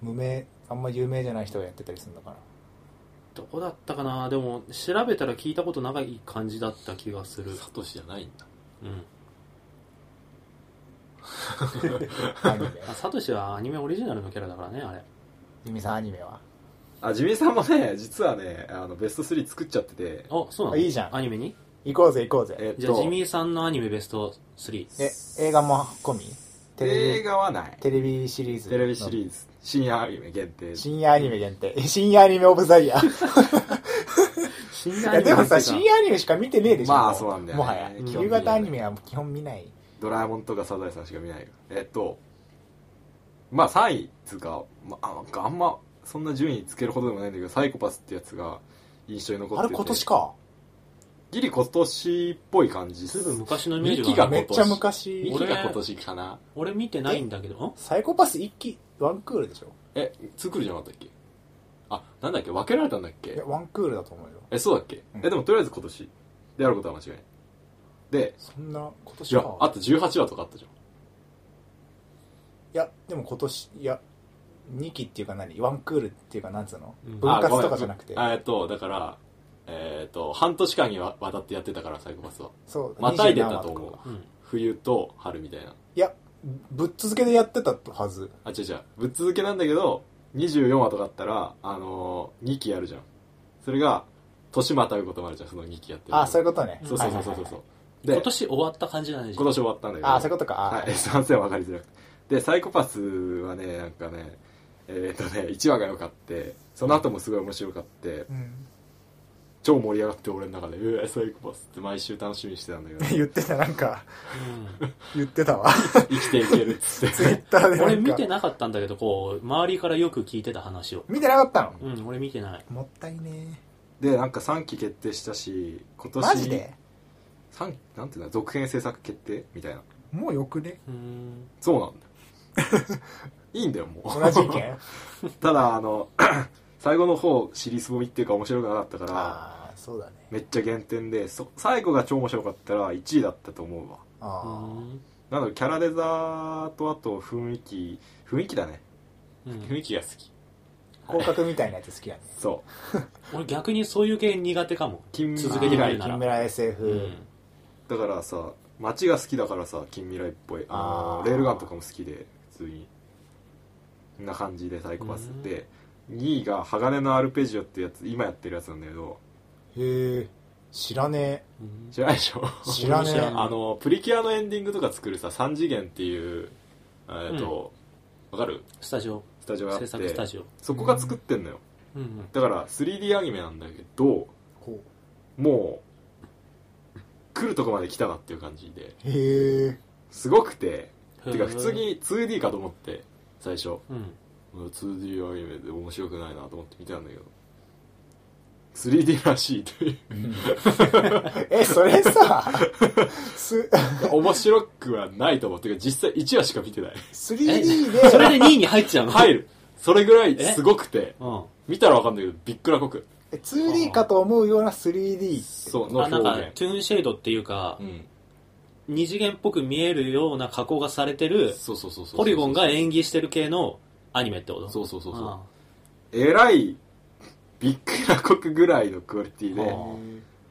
無名あんま有名じゃない人がやってたりするのかな
どこだったかなでも調べたら聞いたことない感じだった気がする
サトシじゃないんだ。
うん
アニメ
あサトシはアニメオリジナルのキャラだからねあれ
ジミさんアニメは
あ、ジミーさんもね、実はね、あの、ベスト3作っちゃってて、
あそうなの
あいいじゃん
アニメに
行こうぜ行こうぜ
えっと、
じゃあジミーさんのアニメベスト3
え映画も込みテレ
映
ビ
画はない。
テレビシリーズ
テレビシリ
ズ
ーズ、深夜アニメ限定。
深夜アニメ限定深夜アニメオブザイヤー
深
いやでもさ深夜アニメしか見てねえでしょ
まあそうなんだよね
もはや
うん
夕方アニメは基本見ない
ドラえもんとかサザエさんしか見ないよえっと、まあ3位っつうか、まあ、なんかあんま、そんな順位つけるほどでもないんだけど、サイコパスってやつが印象に残って
あ
て。
れ今年か
ギリ今年っぽい感じっ
ずい
す。
ぶん昔のイメージ
ミキ
が
が
ある
めっちゃ
ミ
昔
キが今年かな。
俺見てないんだけどん
サイコパス一期ワンクールでしょ
え、ツークールじゃなかったっけあ、なんだっけ分けられたんだっ
い
け
やワンクールだと思うよ
え、そうだっけ
うん
え、でもとりあえず今年であることは間違いない。で、
そんな今
い
年
や、
か
あと18話とかあったじゃん。
いやでも今年いや2期っていうか何ワンクールっていうかなんつうの、
うん
分割とかじゃなくて
あごめんあえっと、だから、えっと、半年間にわたってやってたから、サイコパスは。
そう
またいでたと思
27
う
話か。
うん
冬と春みたいな。
いやぶっ続けでやってたはず
あ、違う違う。ぶっ続けなんだけど、24話とかあったら、あのー、2期やるじゃん。それが、年またぐこともあるじゃん、その2期やってる。
あそういう
こ
ことね
そうそうそうそうそう。で、
今
今年
年終わった感じなんで
今年終わったんだけど。
あそういうことかあ、
はい、 すいません、わかりづらくて。で、サイコパスはね、なんかね、えっ、とね、1話が良かって、その後もすごい面白かって
う、ん、
超盛り上がって俺の中で、うえサイコパスって毎週楽しみにしてたんだけど、
言ってたなんか
うん
言って たわ
生きていけるっつって。
ツイッターでなんか
俺見てなかったんだけどこう周りからよく聞いてた話を
見てなかったの、
うん俺見てない
もったいね
で、なんか3期決定したし、今年、
マジで
三なんていうんだ、続編制作決定みたいな。
もうよくね
うん
そうなんだよ。いいんだよ、もう。
同じ意 見
ただ、あの、 最後の方、尻すぼみっていうか面白くなかったから、
ああそうだね
めっちゃ減点で、そ最後が超面白かったら1位だったと思うわ。
あ
う
あ、
ん
なんだろう、キャラデザとあと雰囲気、雰囲気だね。
うん
囲気が好き。
広角みたいなやつ好きなんで
そう。
俺逆にそういう系苦手かも
近
続
けてみ
未
る
来
なら
金村 SF、
うん
だからさ、街が好きだからさ、近未来っぽい。あの
あー
レールガンとかも好きで、普通に。こんな感じでサイコパス
うん
で、2位が鋼のアルペジオってやつ、今やってるやつなんだけど、
へえ知らね
うん
知らないでしょ
え知らね
知らな
え
い
あの、プリキュアのエンディングとか作るさ、3次元っていう、えっ、と、わ、かる
スタジオ
スタジオがあっ
制
て、
作スタジオ
そこが作ってんのよ。
うんうん
だから 3D アニメなんだけど、
ほ
もう来るとこまで来たなっていう感じで
うへえ
すごくて
へー
てか普通に 2D かと思って最
う
初
ん
うん 2D アニメで面白くないなと思って見てたんだけど 3D らしい という。
え、それさ、 す、
面白くはないと思ってか実際1話しか見てない。
3D で、
それで2位に入っちゃうの
入るそれぐらいすごくて、
うん。
見たらわかんないけど、びっくらこく。
2D かと思うような 3D。
そう、の
あ
表
なんか、
現。
トゥーンシェードっていうか、
うん。
二次元っぽく見えるような加工がされてる、
そうそうそうそう。
ポリゴンが演技してる系のアニメってこと
そううそうそう
あ
そう。えらい、びっくらこくぐらいのクオリティで、だか
あ
ら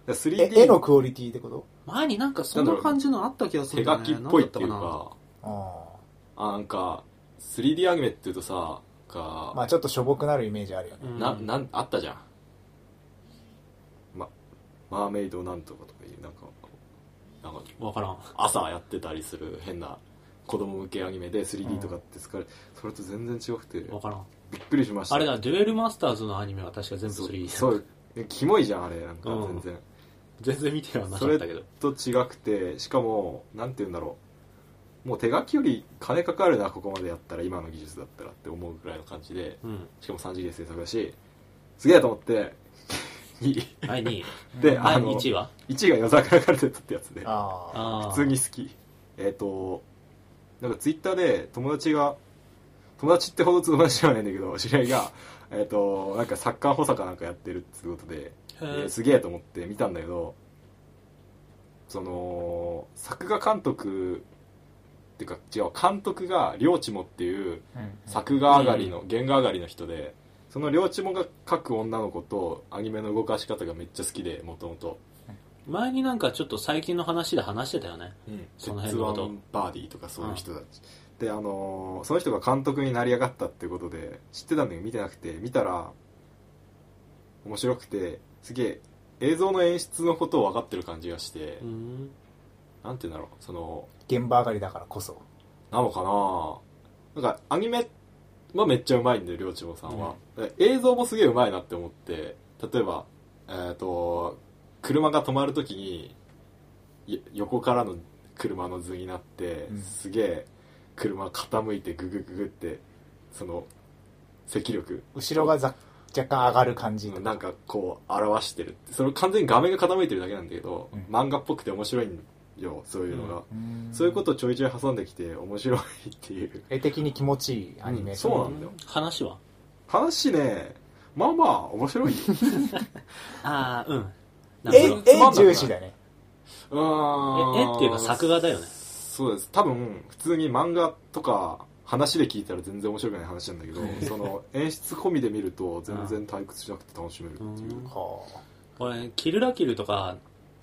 え
3D、
絵のクオリティってこと
あ前になんかそんな感じのあった気がする
手
んだ
書
よね
きっぽいっていう
なんだった
か、
あ
あなんか、3D アニメっていうとさ、
あ
か、
まあちょっとしょぼくなるイメージあるよね。
うん
な、なん、あったじゃん。ま、マーメイドなんとかとかいう、なんか、なんか、
わからん。
朝やってたりする変な子供向けアニメで 3D とかって使われ、それと全然違くて、
わからん。
びっくりしました。
あれだ、デュエルマスターズのアニメは確か全部
そう
3D。
そう。でキモいじゃん、あれ、なんか
うん
全然。
全然見てはなかったけど。
と違くて、しかも、なんて言うんだろう。もう手書きより金かかるな、ここまでやったら、今の技術だったらって思うぐらいの感じで、
うん。
しかも3次元制作だし、すげえと思って、 に
第2位。
で、あ
第
の、
1
1
位は
位が夜桜カルテットってやつで、
あ
ああ。
普通に好き。えっ、と、なんかツイッターで友達が、友達ってほど友達ではないんだけど、知 り合いが、えっ、と、なんかサッカー補佐かなんかやってるってことで、
へ
えー
ー
すげえと思って見たんだけどその作画監督っていうか違う監督が両地もっていう
あ。うん
作画上がりの、原画上がりの人でその両地もが描く女の子とアニメの動かし方がめっちゃ好きでもともと
前になんかちょっと最近の話で話してたよね。その
鉄
辺の
腕
こと
バーディーとかそういう人たちであのーその人が監督になり上がったってことで知ってたんだけど見てなくて見たら面白くてすげえ映像の演出のことを分かってる感じがして、
うん。
なんて言うんだろう、その、
現場上がりだからこそ。
なのかななんか、アニメはめっちゃうまいんで、りょうちもさんは。映像もすげえうまいなって思って、例えば、えっ、と、車が止まるときに、よ横からの車の図になって、
うん
すげえ、車傾いてググググって、その、積力、
後ろがざ若干上がる感じとか。
なんかこう表してるってそれ完全に画面が傾いてるだけなんだけど、
うん
漫画っぽくて面白いんよそういうのが、
うん
そういうことをちょいちょい挟んできて面白いっていう
絵的に気持ちいいアニメーション。
そうなんだよ
話は
話ねまあまあ面 白いよ
ああ、うん。なんか
絵、
つ
絵
まんなくない
重視だね。
うーん
え絵っていうか作画だよね
そうです多分普通に漫画とか話で聞いたら全然面白くない話なんだけどその演出込みで見ると全然退屈しなくて楽しめるっていう
うん
はあ
俺、キルラキルとか、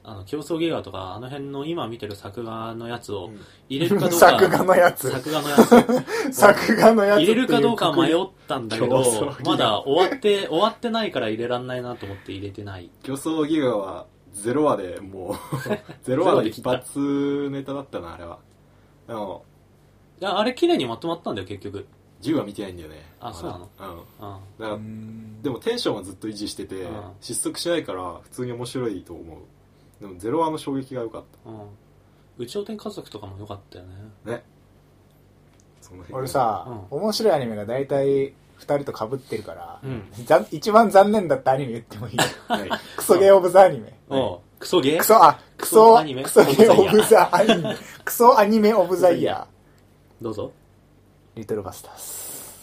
あの、競争ギガとか、あの辺の今見てる作画のやつを
うん
入れるかどうか。
作画のやつ。
作画のやつ。
作画のやつって
入
いう
れるかどうか迷ったんだ け
競争
ど
ギガ、
まだ終わって、終わってないから入れらんないなと思って入れてない。
競争ギガはゼロ話でも うゼロ話の一発ネタだったなあれはでも
いや、あれ綺麗にまとまったんだよ、結局。
10話見てないんだよね
あそうなの
まだう
う
ん
ん。
だから
うん
でもテンションはずっと維持してて、
うん
失速しないから普通に面白いと思うでもゼロ話の衝撃が良かっ
うん。宇宙天家族とかも良かったよね。
たねその辺
俺さ、面白いアニメが大体2人と被ってるから、
うん。
ざん一番残念だったアニメ言ってもいい
はい
クソゲーオブザアニメ。
おうクソゲー
クソ、あ、クソ、
アニメ
クソゲーオブザアニメ。クソアニメオブザイヤ
どうぞ。
ー。リトルバスターズ。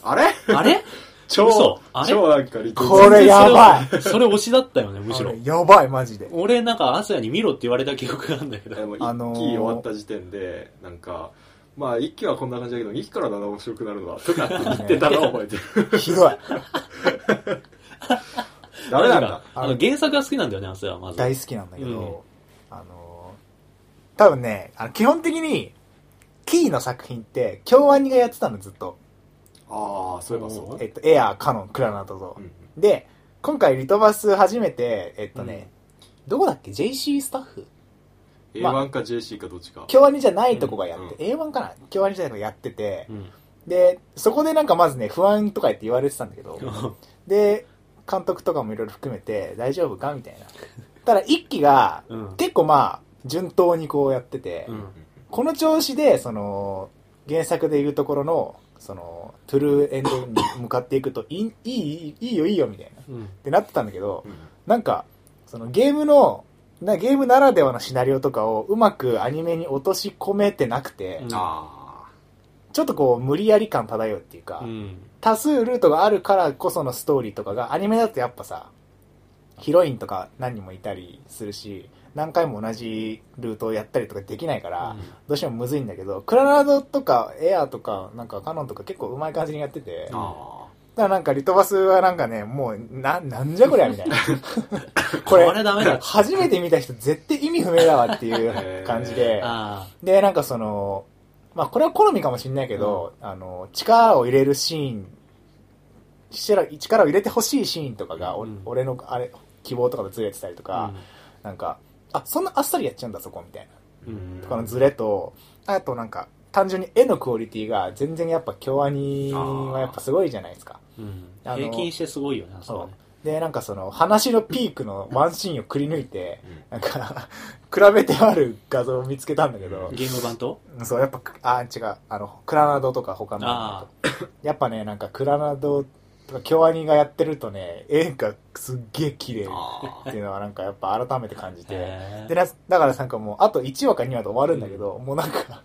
あれ
あれ
超
嘘あれ
超なんかリトル
これやばい
い それ推しだったよね、むしろ
あれ。やばい、マジで。
俺なんか、アスヤに見ろって言われた記憶があるんだけ
で
ど。
も
あ
1
のー
期終わった時点でなんかまあ1期はこんな感じだけど2期からだな面白くなるのはとかって言ってたのを覚えてる
ひどい。
ダメなん
か
だ
あの、原作が好きなんだよね、アスヤは、まず。
大好きなんだけど、あのー、多分ね、あの基本的に、キーの作品って、京アニがやってたの、ずっと。
ああそういえばそう
えっと、エアー、カノン、クラナとぞ
う。ん
で、今回リトバス初めて、えっとね、どこだっけ ?JC スタッフ
A1 か JC かどっちか
京アニじゃないとこがやって、A1 かな京アニじゃないとこやってて
う、ん。
で、そこでなんかまずね、不安とか言って言われてたんだけど、で、監督とかもいろいろ含めて、大丈夫かみたいな。ただ、一期が、
うん。
結構まあ、順当にこうやってて、
うん
この調子で、その、原作でいうところの、その、トゥルーエンドに向かっていくと、いい、いい、いいよ、いいよ、みたいな。っ
うん。
てなってたんだけど、
うん
なんか、そのゲームの、なゲームならではのシナリオとかをうまくアニメに落とし込めてなくて、
うん
あ
ちょっとこう無理やり感漂うっていうか、
うん。
多数ルートがあるからこそのストーリーとかが、アニメだとやっぱさ、ヒロインとか何人もいたりするし、何回も同じルートをやったりとかできないから、どうしてもむずいんだけど、クララドとかエアとか、なんかカノンとか結構うまい感じにやってて、
ー
だか
あ
らなんかリトバスはなんかね、もう、な、なんじゃこりゃ みたいな。こ
こ
れ
れ、ダメだ。
初めて見た人絶対意味不明だわってい
へ
う
ー
感じで、
あ
で、なんかその、まあこれは好みかもしれないけど、あの、力を入れるシーン、力力を入れてほしいシーンとかが、お
うん
俺の、あれ、希望とかとずれてたりと
あ
か、。なんか、あ、そんなあっさりやっちゃうんだそこ、みたいな。
ーうん
とかのズレと、あとなんか、単純に絵のクオリティが全然やっぱ京アニはやっぱすごいじゃないですか。
うん。
あの
平均してすごいよね、あそこね。
で、なんかその、話のピークのワンシーンをくり抜いて、
うん
なんか、比べてある画像を見つけたんだけど、
ゲーム版と
そう、やっぱ、あ、違う、あの、クラナドとか他の
あ、
やっぱね、なんかクラナドとか京アニがやってるとね、絵がすっげえ綺麗
あ
っていうのはなんかやっぱ改めて感じて、
へー
でなだからなんかもうあと1話か2話で終わるんだけど、もうなんか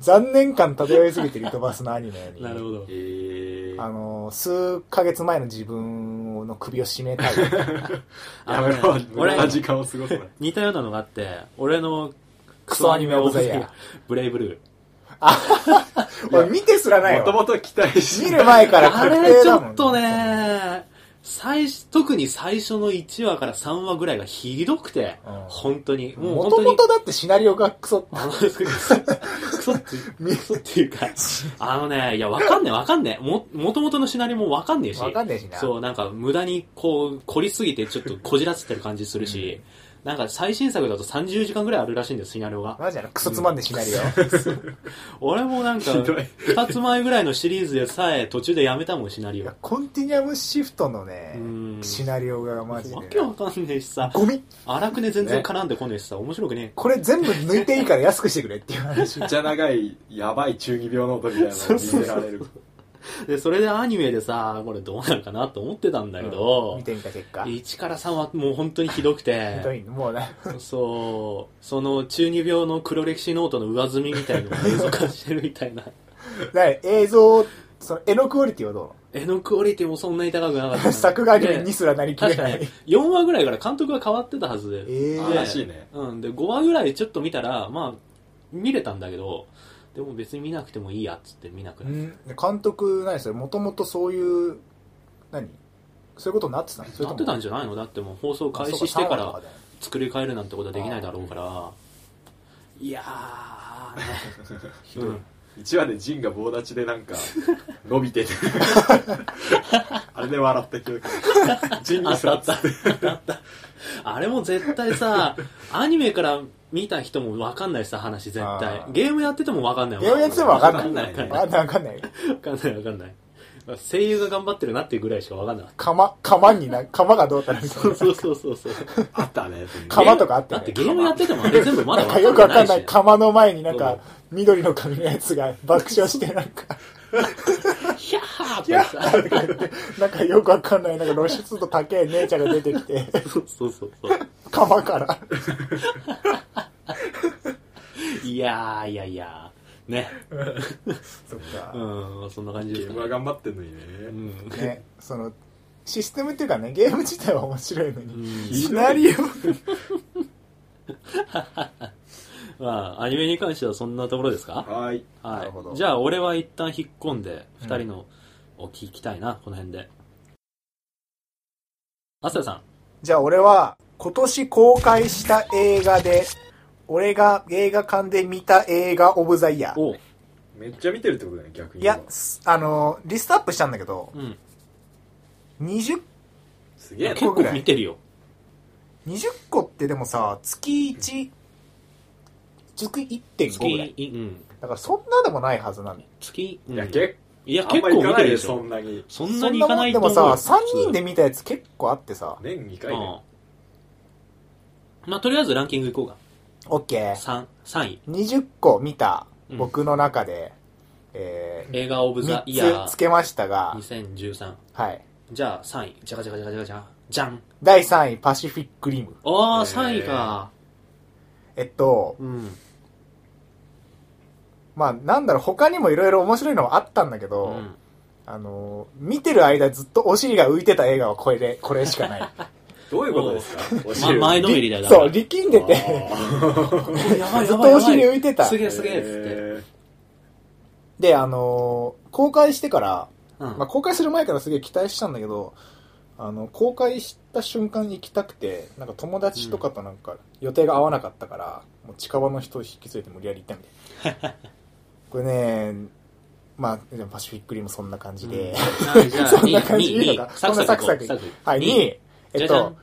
残念感漂いすぎてリトバスのアニメに
なるほど
ー。え
あ
ー、
の数ヶ月前の自分の首を絞めたい
やめろ
あのね
無駄な時間を過ごすな
似たようなのがあって、俺の
クソアニメオブザイヤー。
ブレイブル
俺見てすらない
もと
わ
もと期待し
見る前か
ー。
ら
あ
確
れ
定
ちょ
だもん
っとね、最初、特に最初の1話から3話ぐらいがひどくて、
うん
本当に。もう
も
本
と
当
も
に。
とだってシナリオがクソ
あの、クソクソって、クソってい うか、あのね、いや、わかんねえ、わかんねえ。も、もともとのシナリオもわかんねえし。
わかんねえしな
そう、なんか無駄にこう、凝りすぎてちょっとこじらせてる感じするし、なんか最新作だと30時間ぐらいあるらしいんです、シナリオが。
マジやなクソつまんでシナリオ、
俺もなんか、
ひどい
2つ前ぐらいのシリーズでさえ途中でやめたもん、シナリ
い
オ
や。コンティニアムシフトのね
うん
シナリオがマジで
わけわかんねえしさ、
ゴミ
荒くね全然絡んでこねえしさ、面白くね
これ全部抜いていいから安くしてくれっていう話
めっちゃ長いやばい中二病の音みたいなのを見せられる
え。で、それでアニメでさ、これどうなるかなと思ってたんだけど
見、てみた結果
1から3はもう本当にひどくて
ひ、どいのもうね
そう、その中二病の黒歴史ノートの上積みみたいのを映像化してるみたいな。
ね映像その絵のクオリティはど
絵のクオリティもそんなに高くなか
う
っ
な
た
の
な。
作画ににすらなりきれ
確
な
か
い
に、4話ぐらいから監督が変わってたはずで。
ええ
あらしいね
うん、で、5話ぐらいちょっと見たら、まあ、見れたんだけど、でも別に見なくてもいいやっつって見なく
う
なっ
ん監督何それもともとそういう何そういうことになってたのそれ
た。
と
なっ
も
てたんじゃないのだってもう放送開
そう
始してか
三話と
ら
だよね
作り変えるなんてことはできないだろうから、いやー、ね、
ひどい1話でジンが棒立ちでなんか伸びてて あれで笑った記憶ジン
あ
に
った
さ
あった。あった。あれも絶対さ、アニメから見た人もわかんないしさ、話絶対
あ。ー
ゲームやっててもわかんないもん
ゲームやっててもわかんない
わかんない。
わかんないわかんない
わかんないわかんない。声優が頑張ってるなっていうぐらいしかわかんなかっ
釜釜にな釜がどうたらみ
た。
た
そ
いうな
そうそうそうそう。
あったね
釜とかあった
だ
よ
って
ね
ゲームやっててもあれ全部まだ
なんか
わ
よくわ
か
か
ん
ん
な
ないい
し。
釜の前になん
そう
か緑の髪のやつが爆笑してなんか
ヒャッハーってやってさ。
なんかよくわかんないなんか露出度高い姉ちゃんが出てきて
そうそうそうそう。
釜から
いやーいやいやー。ね。
そっか
うん、そんな感じ
ゲ
です
ー
か
ムは
ね。
頑張ってんのにね
うん。
ね、そのシステムっていうかねゲーム自体は面白いの
う
に、
ん
シナリオ
まあ、アニメに関してはそんなところですか
はーい
はい。
なるほど
じゃあ、俺は一旦引っ込んで、
うん
二人のを聞きたいな、この辺で。アスヤさん。
じゃあ俺は今年公開した映画で俺が映画館で見た映画オブザイヤー
おう。
めっちゃ見てるってことだね逆に
いやすあのリストアップしたんだけど
うん。
20
すげえ
結
な
個ぐら
構
い
見てるよ。
20個ってでもさ月1月1.5
月
ぐらい
い、うん。
だからそんなでもないはずなんだよ
月、うん
いや結
いや
構あ
結
んま行
構
か
見
な
てる
いで
で
し
し
ょそ
ょ
ん。なに
そん
そ
なんに
な
行か
も
なんい
で
と
も
思う
さ
よ
3人で見たやつ結構あってさ
年2回ね
うんまあ、とりあえずランキングいこうか。
OK20
3、三位。
個見た
うん
僕の中で、えー、
映画オブザイヤ
3つつ
ー
けましたが、
2013。
はい。
じゃあ、3位。じゃがじゃがじゃがじゃがじゃ。じゃん。
第3位、パシフィックリム。
ああ、
えー
3位か。
えっと、
うん。
まあ、なんだろう、他にもいろいろ面白いのはあったんだけど、
うん
あの、見てる間ずっとお尻が浮いてた映画はこれで、これしかない。
どういうことですかお
ま、
尻
前 のめりだよ。
そう、力んでて、
う、やば い
ず
や
っと
ばいや
お
ば
尻
い。
浮いてた
す。 げえすげえ、つって。
え
で、あの、公開してから、
うん
まあ、公開する前からすげえ期待したんだけど、あの、公開した瞬間行きたくて、なんか友達とかとなんか予定が合わなかったから、もう近場の人を引き連れて無理やり行ったみたいな。 これね、まあ、でもパシフィックリムそんな感じで。
うんじゃあ、
そん
じゃ
な
あ、
感
2
じ
位、2位
いいの、か
サ
そ
クサク
んなサクサク
いこう
はい、2位。え
じ
っ
ゃじゃ
と
ん、。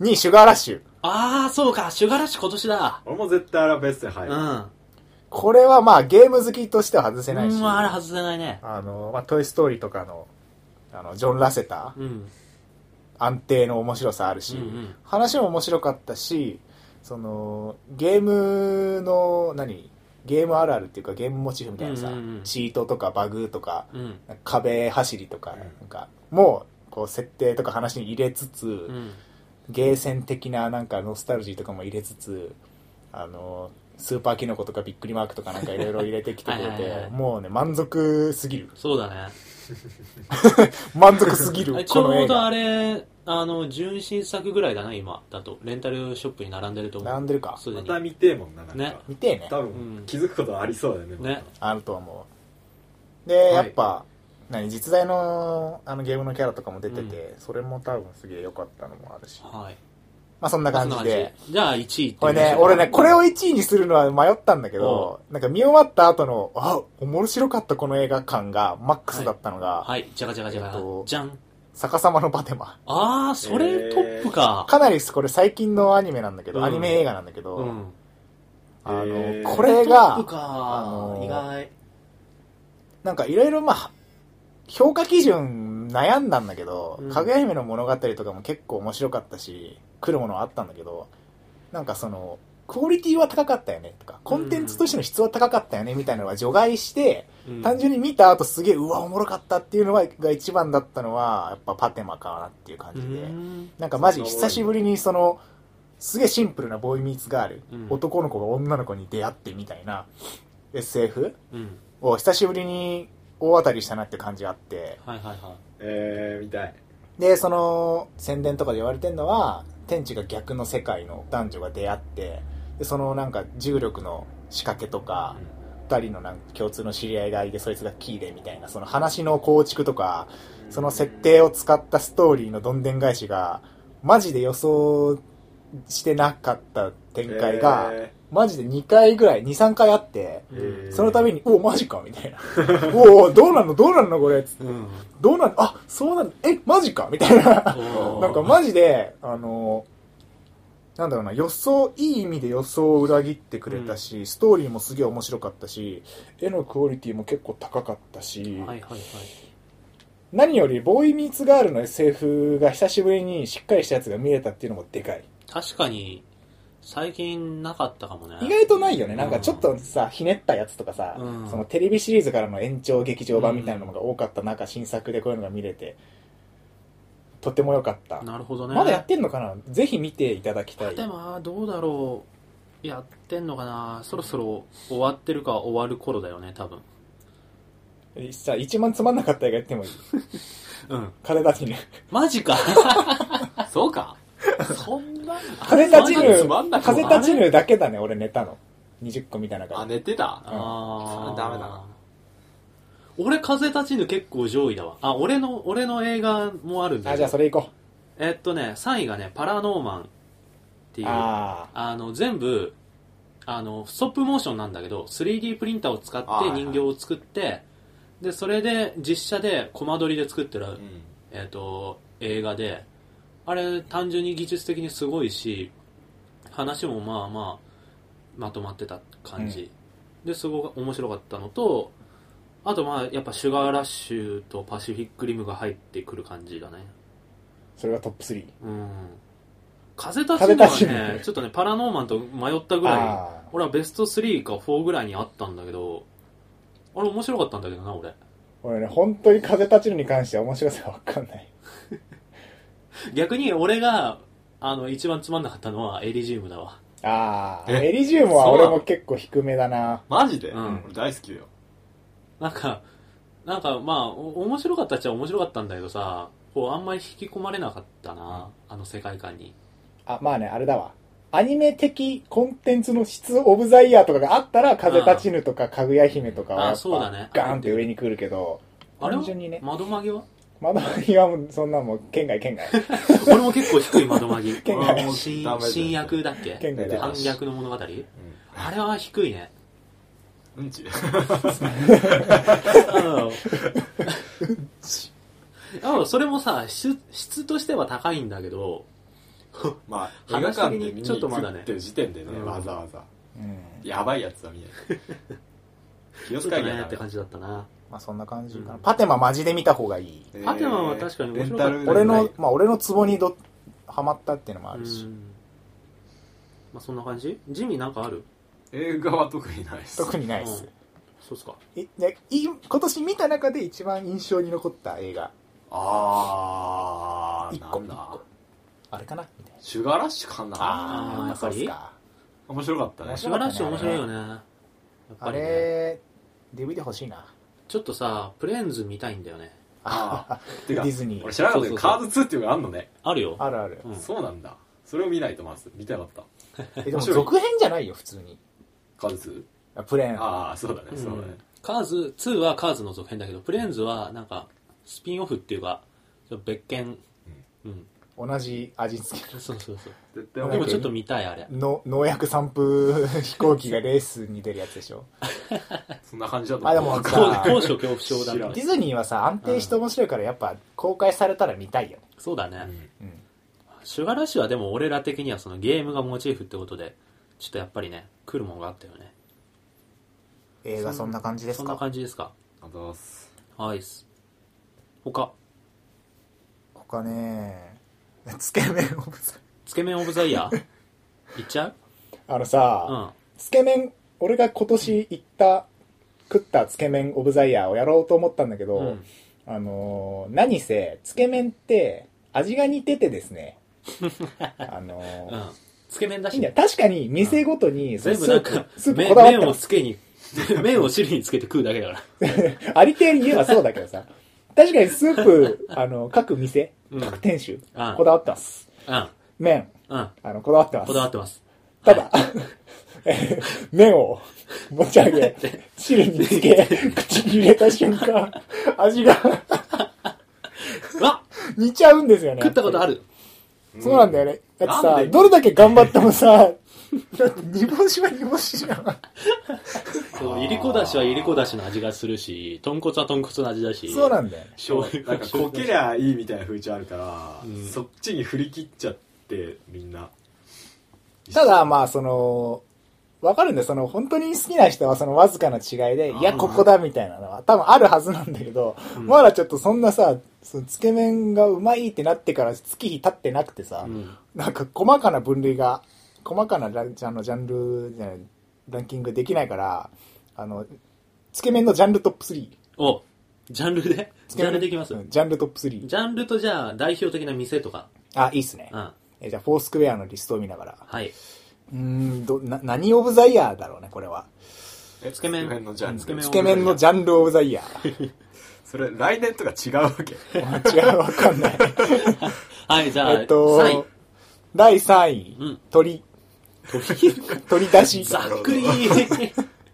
2位、シュガーラッシュ。
ああ、そうか、シュガーラッシュ今年だ。
俺も絶対あれはベストに入
う
る。
ん。
これはまあゲーム好きとしては外せないし、
うん、あれ外せないね。
あの、まあ、トイ・ストーリーとかの、あの、ジョン・ラセター、
うん。
安定の面白さあるし、
うんうん
話も面白かったし、その、ゲームの、何ゲームあるあるっていうかゲームモチーフみたいなさ、
うんうんうん
チートとかバグとか、
うん。
なんか壁走りとか、
ん
なんか、もう、こう、設定とか話に入れつつ、
うん。
ゲーセン的ななんかノスタルジーとかも入れつつ、あの、スーパーキノコとかビックリマークとか なんかいろいろ入れてきてくれ
はいはいは
て
い、
もうね、満足すぎる。
そうだね。
満足すぎ る、
ち
この
ょ
映
うどあ
画。
れ、あの、純真作ぐらいだな、今。だと。レンタルショップに並んでると思う。
並んでるか。
すで
ま
に。
た見てえもんな、なんか。
ね
見てえね。
多
うん、
分気づくことありそうだよね。
ね
あると思う。で、
い
やっぱ、何、実在のあのゲームのキャラとかも出てて、それも多分すげえ良かったのもあるし。ま
はい。
あそんな感じで。
そんな感じ。じゃあ、1位って
これね、俺ね、これを1位にするのは迷ったんだけど、なんか見終わった後の、あ、面白かったこの映画感がマックスだったのが、
はい、じゃがじゃがじゃが。
えっと
じゃん。
逆さまのバテマ。
あー、それトップか。
かなりこれ最近のアニメなんだけど、
うん
アニメ映画なんだけど、
うん。
あの、
へー
これが
トップ、か。
あのー
意外。
なんかいろいろまあ、評価基準悩んだんだけど、
うん
かぐや姫の物語とかも結構面白かったし、来るものはあったんだけど、なんかその、クオリティは高かったよねとか、コンテンツとしての質は高かったよねみたいなのは除外して、
うん
単純に見た後すげえ、うわ、おもろかったっていうのがが一番だったのは、やっぱパテマかなっていう感じで。
うん
なんかマジ久しぶりにその、すげえシンプルなボーイミーツガール、
うん
男の子が女の子に出会ってみたいな SF
うん。
を久しぶりに大当たりしたなって感じがあって、
はいはいは
えー、見たい。
で、その宣伝とかで言われてるのは、天地が逆の世界の男女が出会って、で、そのなんか重力の仕掛けとか、二人のなんか共通の知り合いがいて、そいつがキーでみたいな、その話の構築とか、その設定を使ったストーリーのどんでん返しが、マジで予想してなかった展開が、
え
マジで2回ぐらい、2、3回あって、
い。
ーえー
その度に、おお、マジかみたいな。 おお、どうなんのどうなんのこれ。
うん。
どうなんあ、そうなんえ、マジかみたいな。
おー
なんかマジで、あの、なんだろうな、予想、いい意味で予想を裏切ってくれたし、ストーリーもすげえ面白かったし、絵のクオリティも結構高かったし、
はいはいはい。
何よりボーイミーツガールの SF が久しぶりにしっかりしたやつが見れたっていうのもでかい
確かに、最近なかったかもね。
意外とないよね
うん
なんかちょっとさひねったやつとかさ、
うん
そのテレビシリーズからの延長劇場版みたいなのが多かった中新作でこういうのが見れてとても良かった、
なるほどね。
まだやってんのかなぜひ見ていただきたい
でもあーどうだろうやってんのかなそろそろ終わってるか終わる頃だよね多分
さ一番つまんなかった映画やってもいい
うん
金立ちぬ
マジ か
そうか
そんな
金立ち
つ
ぬ
まんなく
風
も
立ちぬだけだね俺寝たの20個みたいな
あ、
感じ
寝てた
あ
そ
ー
れダメだな
俺風立ちぬ結構上位だわあ俺の俺の映画もあるんだ
あじゃあそれ行こ
えっとね3位がね「パラノーマン」って
う
いう
あ
あの全部あのストップモーションなんだけど 3D プリンターを使っ
あはい
て
はい
人形を作って、でそれで実写でコマ撮りで作ってる、
うん。
えっと映画であれ単純に技術的にすごいし話もまあまあまとまってた感じ、ですごく面白かったのとあとまあやっぱシュガーラッシュとパシフィックリムが入ってくる感じだね
あそれがトップ3
うん風立ちぬ
風立ち
はね
ぬ
ちょっとねパラノーマンと迷ったぐらい
ああ
俺はベスト3か4ぐらいにあったんだけどあれ面白かったんだけどな俺
俺ね、本当に風立ちるに関しては面白さがわかんない。
逆に俺が、あの、一番つまんなかったのはエリジウムだわ。
ああ、
え
エリジウムは俺も結構低めだな。
マジで、
うん
俺大好きだよ。
なんか、なんかまあ、お面白かったっちゃ面白かったんだけどさ、こう、あんまり引き込まれなかったな、あの世界観に。
あ、まあね、あれだわ。アニメ的コンテンツの質オブザイヤーとかがあったら、風立ちぬとかかぐや姫とかはや
あ
っ
そうだね
ぱガーンって上に来るけど、
あれ
単
は
純にね、
窓紛ぎは
窓際はもうそんなもう県外県外。
俺も結構低い窓 紛
剣
が
ぎ。新
ダメだよ
新役だっけ
県外だ
出て
よ
ま
反
す
逆の物語あれは低いね。
うん。うんち。
あそれもさ質、質としては高いんだけど、
まあ、映画
話的
館
に
で見に
ちょっとまだ
行
ね
くっていう時点でね、
うん
わざわざ。
うん。
やばいやつは見えない。
ちょ
清
っ
須
と
会議
ね
は
って感じだったな。
まあそんな感じか
う
な。
ん
パテママジで見た方がいい。
えー
パテマは確かに面白かった
レンタル
俺
な
の
い、
まあ俺のツボにど、ハマったっていうのもあ
う
るし。
ん。まあそんな感じジミーなんかある
映画は特にないです。
特にないっす
うん。そうっすか。
えでい今年見た中で一番印象に残った映画。
あー、
一
な
個
んだ。
あれかなみたいな。
シュガーラッシュかな
あー
まそうっす
やっ
か。
面白かったね
面。
素
白かったね
晴らしい面白いよね。やっ
あ
ぱりね。
れ、DVD 欲しいな。
ちょっとさ、プレーンズ見たいんだよね。
あ ー。てか
ディ、ズニ
俺
ー。
知らなかった
そ
けど、
うそう
カ
そう
ーズ2っていうのがあんのね。
あるよ。
あるある。
うん
そうなんだ。それを見ないとまず、見たかった。
えでも
面白い
続編じゃないよ、普通に。
カーズ 2?
あプレーン。
ああ、そうだね、そうだね。
カーズ、2はカーズの続編だけど、プレーンズはなんか、スピンオフっていうか、ちょっと別件。うん。
同じ味付け。
そうそうそう。
絶対
で
面
も
白い。
ちょっと見たい、あれ。
の農薬散布飛行機がレースに出るやつでしょ。
そんな感じだと
あでも
わかん
高
さ
高所恐怖症だ
知ら
ね
ん
ディズニーはさ、安定して面白いからやっぱ公開されたら見たいよね。
そうだね、
ないうん
うん。
シュガーラッシュはでも俺ら的にはそのゲームがモチーフってことでちょっとやっぱりね来るもんがあったよね
映画そんな感じです
そんな
か
感じですか
ありがとうございます。
はいっす他
他ね、つけ麺オブザ
つけ麺オブザイヤーいっちゃ
あの
うう
さ、
ん
つけ麺、俺が今年行った、食ったつけ麺オブザイヤーをやろうと思ったんだけど、
うん
あのー何せ、つけ麺って味が似ててです ね、あのー
うんつけ麺だ
い
し
いんだよ。確かに、店ごとに、その
全
ス
部
ー
なんか
プ、スープ
め
こだわって
麺
ま
を
す。
つけに 麺を汁につけて食うだけだから
ありていに言えばそうだけどさ。確かにスー プ、あの、各店、
うん
各店主、
うん
こだわってます。麺、
うんうん
あの、こだわってます。
こだわってます
ただ、えー 麺を持ち上げ、汁につ け、口に入れた瞬間、味が
うわ
似ちゃうんですよね。
食ったことある
そうなんだよね。だって
な
さ
ん、で
どれだけ頑張ってもさ、だって煮干しは煮干しじゃん。
そういりこだしはいりこだしの味がするし豚骨は豚骨の味だし
そうなんだよね。
醤油
なんかこけりゃいいみたいな風潮あるから、
うん
そっちに振り切っちゃってみんな
ただ、まあ、その、わかるんだよ。その、本当に好きな人は、そのわずかな違いで、いや、ここだみたいなのは、多分あるはずなんだけど、まだちょっとそんなさ、そのつけ麺がうまいってなってから月日経ってなくてさ、
うん
なんか細かな分類が、細かなランあのジャンルじゃない、ランキングできないから、あの、つけ麺のジャンルトップ3。
おジャンルでジャンルでいきます
うんジャンルトップ3。
ジャンルとじゃあ代表的な店とか。
あ、いいっすね
う。ん。
えじゃあ、フォースクエアのリストを見ながら。
はい。
うーん、ど、な、何オブザイヤーだろうね、これは。
え
つけ麺
のジャン
つけ
ル
麺
つけ麺のジャンルオブザイヤー。
それ来年とか違うわ け
違う、わかんない。
はい、じゃあ、
えっと、
3位。
第3位、
うん
鳥、鳥出し、
ざっ くり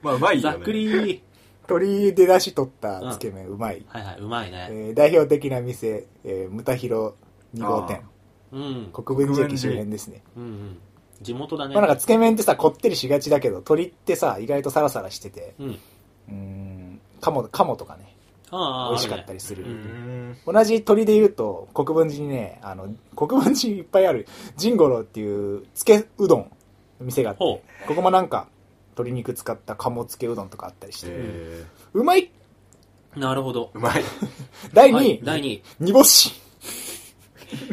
まあうまいよ
ざ
ね
っくり
鳥で出し取ったつけ麺、うまい。
はいはい、うまいね。
えー代表的な店、えー、ムタヒロ2号店、
うん。
国分寺駅周辺ですね。
うんうん。地元だね。
まあなんかつけ麺ってさ、こってりしがちだけど、鳥ってさ、意外とサラサラしてて、
うん。
うーん、鴨、鴨とかね、
ああ、
美味しかったり
す
する。
うーん
同じ鳥で言うと、国分寺にね、あの、国分寺いっぱいある、ジンゴロウっていう、つけうどんの店があって、
ほ
ここもなんか、鶏肉使った鴨つけうどんとかあったりして、
え
うまい
る。なるほど
ー。うまい、
第2位、
はい、第2
煮干し。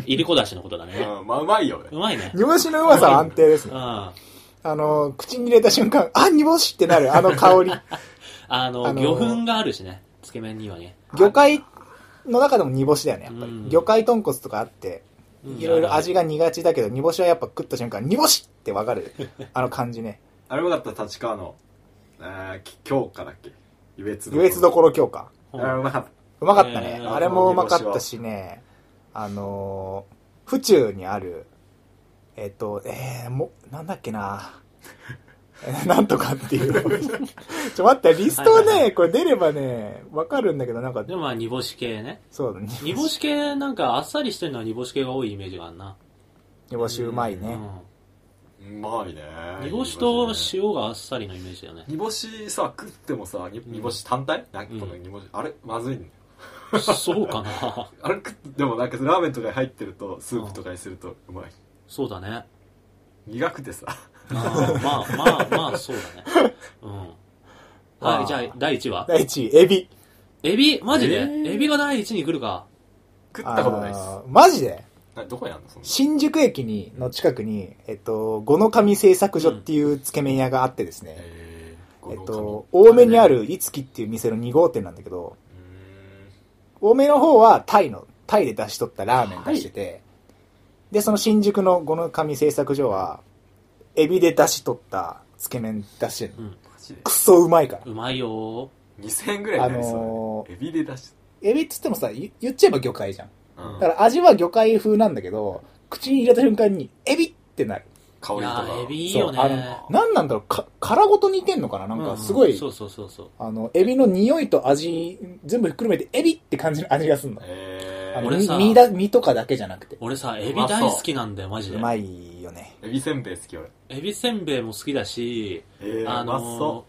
位。いりこだしのことだね。
うん、まあうまいよ
う
ね
まいね。
煮干しのうまさは安定ですね。
あ
あの、口に入れた瞬間、あ、煮干しってなる、あの香 り。
あの、
あのー
魚粉があるしね。つけ麺にはね。
魚介の中でも煮干しだよね、やっぱ
うん
り。魚介豚骨とかあって、
ううん
いろいろ味が苦がちだけど、煮干しはやっぱ食った瞬間、煮干しってわかる。あの感じ ね。
あれもだった立川の、あーき京華だっけ湯別
優越どころ強化。
あ
うん
ーうまかっ
うまかったね。
えー
あれもうまかったしね、あのー、府中にある、えっ、と、えー、も、なんだっけなえ ーなんとかっていう。ちょ、待って、リストを
はいはいは
ね、これ出ればね、わかるんだけど、なんか、
でもまあ煮干し系ね
そうだね。
煮干し系なんかあっさりしてるのは煮干し系が多いイメージがあるな、
煮干しうまいね。
たうまいね
うん、煮干しと
し
塩があっさりのイメージだよ ね
煮干しさ食ってもさに煮干し単体、なんかこの煮干しあれまずいんだよ
そうかな
あれ食ってでもなんかラーメンとかに入ってるとスープとかにするとうまい
そうだね
苦くてさ
あーまあまあまあそうだねうん
あ
は
ー
いじゃあ第1話
第一位、エビ。
エビマジで、
えー
エビが第1に来るか
食ったことないです
あーマジで
などこにあんのそんな
新宿駅に、の近くに、えっと、五の神製作所っていうつけ麺屋があってですね、
え
えっと、多めにあるいつきっていう店の2号店なんだけど、多めの方はタイの、タイで出し取ったラーメン出してて、で、その新宿の五の神製作所は、エビで出し取ったつけ麺出してる
う。ん
マジで
くそうまいから。
うまいよ
2000円ぐらいになり
あの
そうだねエビで出し
エビっつってもさ、言言っちゃえば魚介じゃん。
う
うん
ん
だから味は魚介風なんだけど、口に入れた瞬間に、エビってなる。
い
香りと
や
か
ーエビいいよね
そうあのなんなんだろう、か、殻ごと似てんのかななんかすごい、
うんそうそうそうそう
あの、エビの匂いと味、全部含めてエビって感じの味がすんの。
え
あ
ー
の
俺さ
身身だ、身とかだけじゃなくて。
俺さエビ
うまそう
大好きなんだよマジで
うまいよね。
エビせんべい好き俺
エビせんべいも好きだし
えー
あ
うまそ
の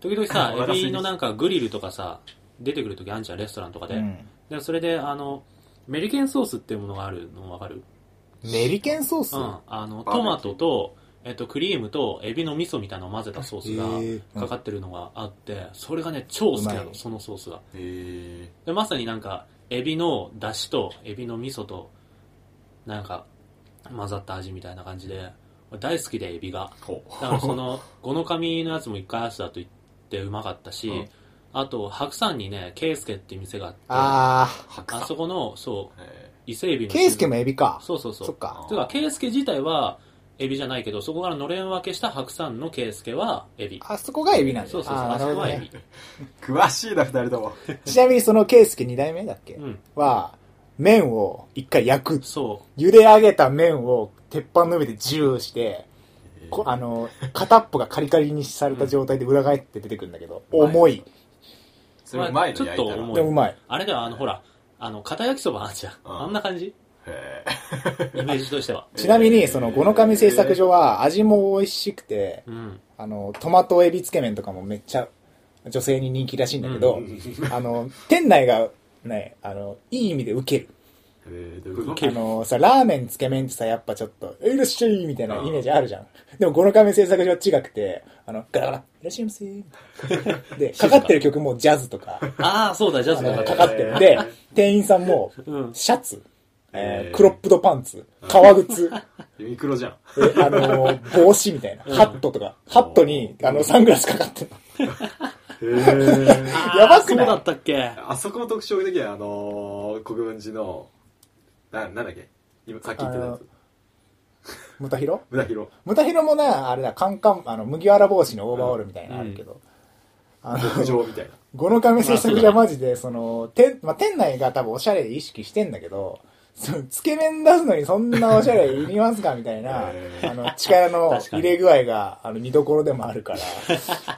ー、時々さ
お、腹
エ
空いてきた
ビのなんかグリルとかさ、出てくる時あんじゃん、レストランとかで。
うん。
でそれで、あの、メリケンソースっていうものがあるのわかる
メリケンソース、
うん。あの、ト
バーベキュー
マトと、えっと、クリームと、エビの味噌みたいなのを混ぜたソ
へー
ースがかかってるのがあって、それがね、超好きな
うま
の、
い
そのソースが。
うえ
で、まさになんか、エビの出汁と、エビの味噌と、なんか、混ざった味みたいな感じで、俺大好きで、エビが。
ーほ
だからその、五の神のやつも一回朝だと言ってうまかったし、
うん
あと、白山にね、ケイスケっていう店があって、
あ
あ
白
そ
菜
この、そう、
え
伊勢エビ
ー、
の。
ケイスケもエビか。
そうそうそう。
そっか。
てか、ケイスケ自体は、エビじゃないけど、そこからのれん分けした白山のケイスケは、エビ。
あそこがエビなんだ
そうそうそう、
あー
あ
な
そ
るほ
こは
ど
エ
ね
ビ。。
ー詳しいな二人とも
ちなみにそのケイスケ2代目だっけ、
うん。
は、麺を一回焼く。
そ
茹で上げた麺を鉄板の上でジューして、こあの、片っぽがカリカリにされた状態で裏返って出てくるんだけど、
うん
重い。
それうまいの
まあ
焼
ちょっ
い
と
たら
重い
でもうまい。
う。あれでは、あの、ほら、あの、片焼きそばあんじゃん。
うん
あんな感じ
へ
イメージとしては。
ちなみに、その、五の神製作所は味も美味しくて、
うん。
あの、トマトエビつけ麺とかもめっちゃ女性に人気らしいんだけど、あの、店内がね、あの、いい意味でウケる。
えーどういうこと
あのさ、ラーメン、つけ麺ってさ、やっぱちょっと、えいらっしゃいみたいなイメージあるじゃん。でも、五の亀製作所は違くて、あの、ガラガラ、いらっしゃいませ。 で、かかってる曲もジャズとか、
ああ、そうだ、ジャ
あ
ズ
のか
だか。
からってるんで、店員さんも、
うん。
シャツ、え
え
ー
ー
クロップドパンツ、革靴、
ユニクロじゃん
えあのー帽子みたいな、ハットとか、ハットに、あの、サングラスかかってる
へー
やばくない
あーそうだったっけ
あそこも特徴的にあのー、国分寺のななんだっけ今さっき言ってたやつ
ムタヒロ
村広
ムタヒロもな、あれだ、カンカン、あの、麦わら帽子のオーバーオールみたいなのあるけど、あの、
牧場みたいな、
五の亀製作所はマジで、その、店、まあ、店内が多分おしゃれで意識してんだけど、その、つけ麺出すのにそんなおしゃれいりますかみたい な
えー
あの、力の
確
入
かに
れ具合が、あの、見どころでもあ るから、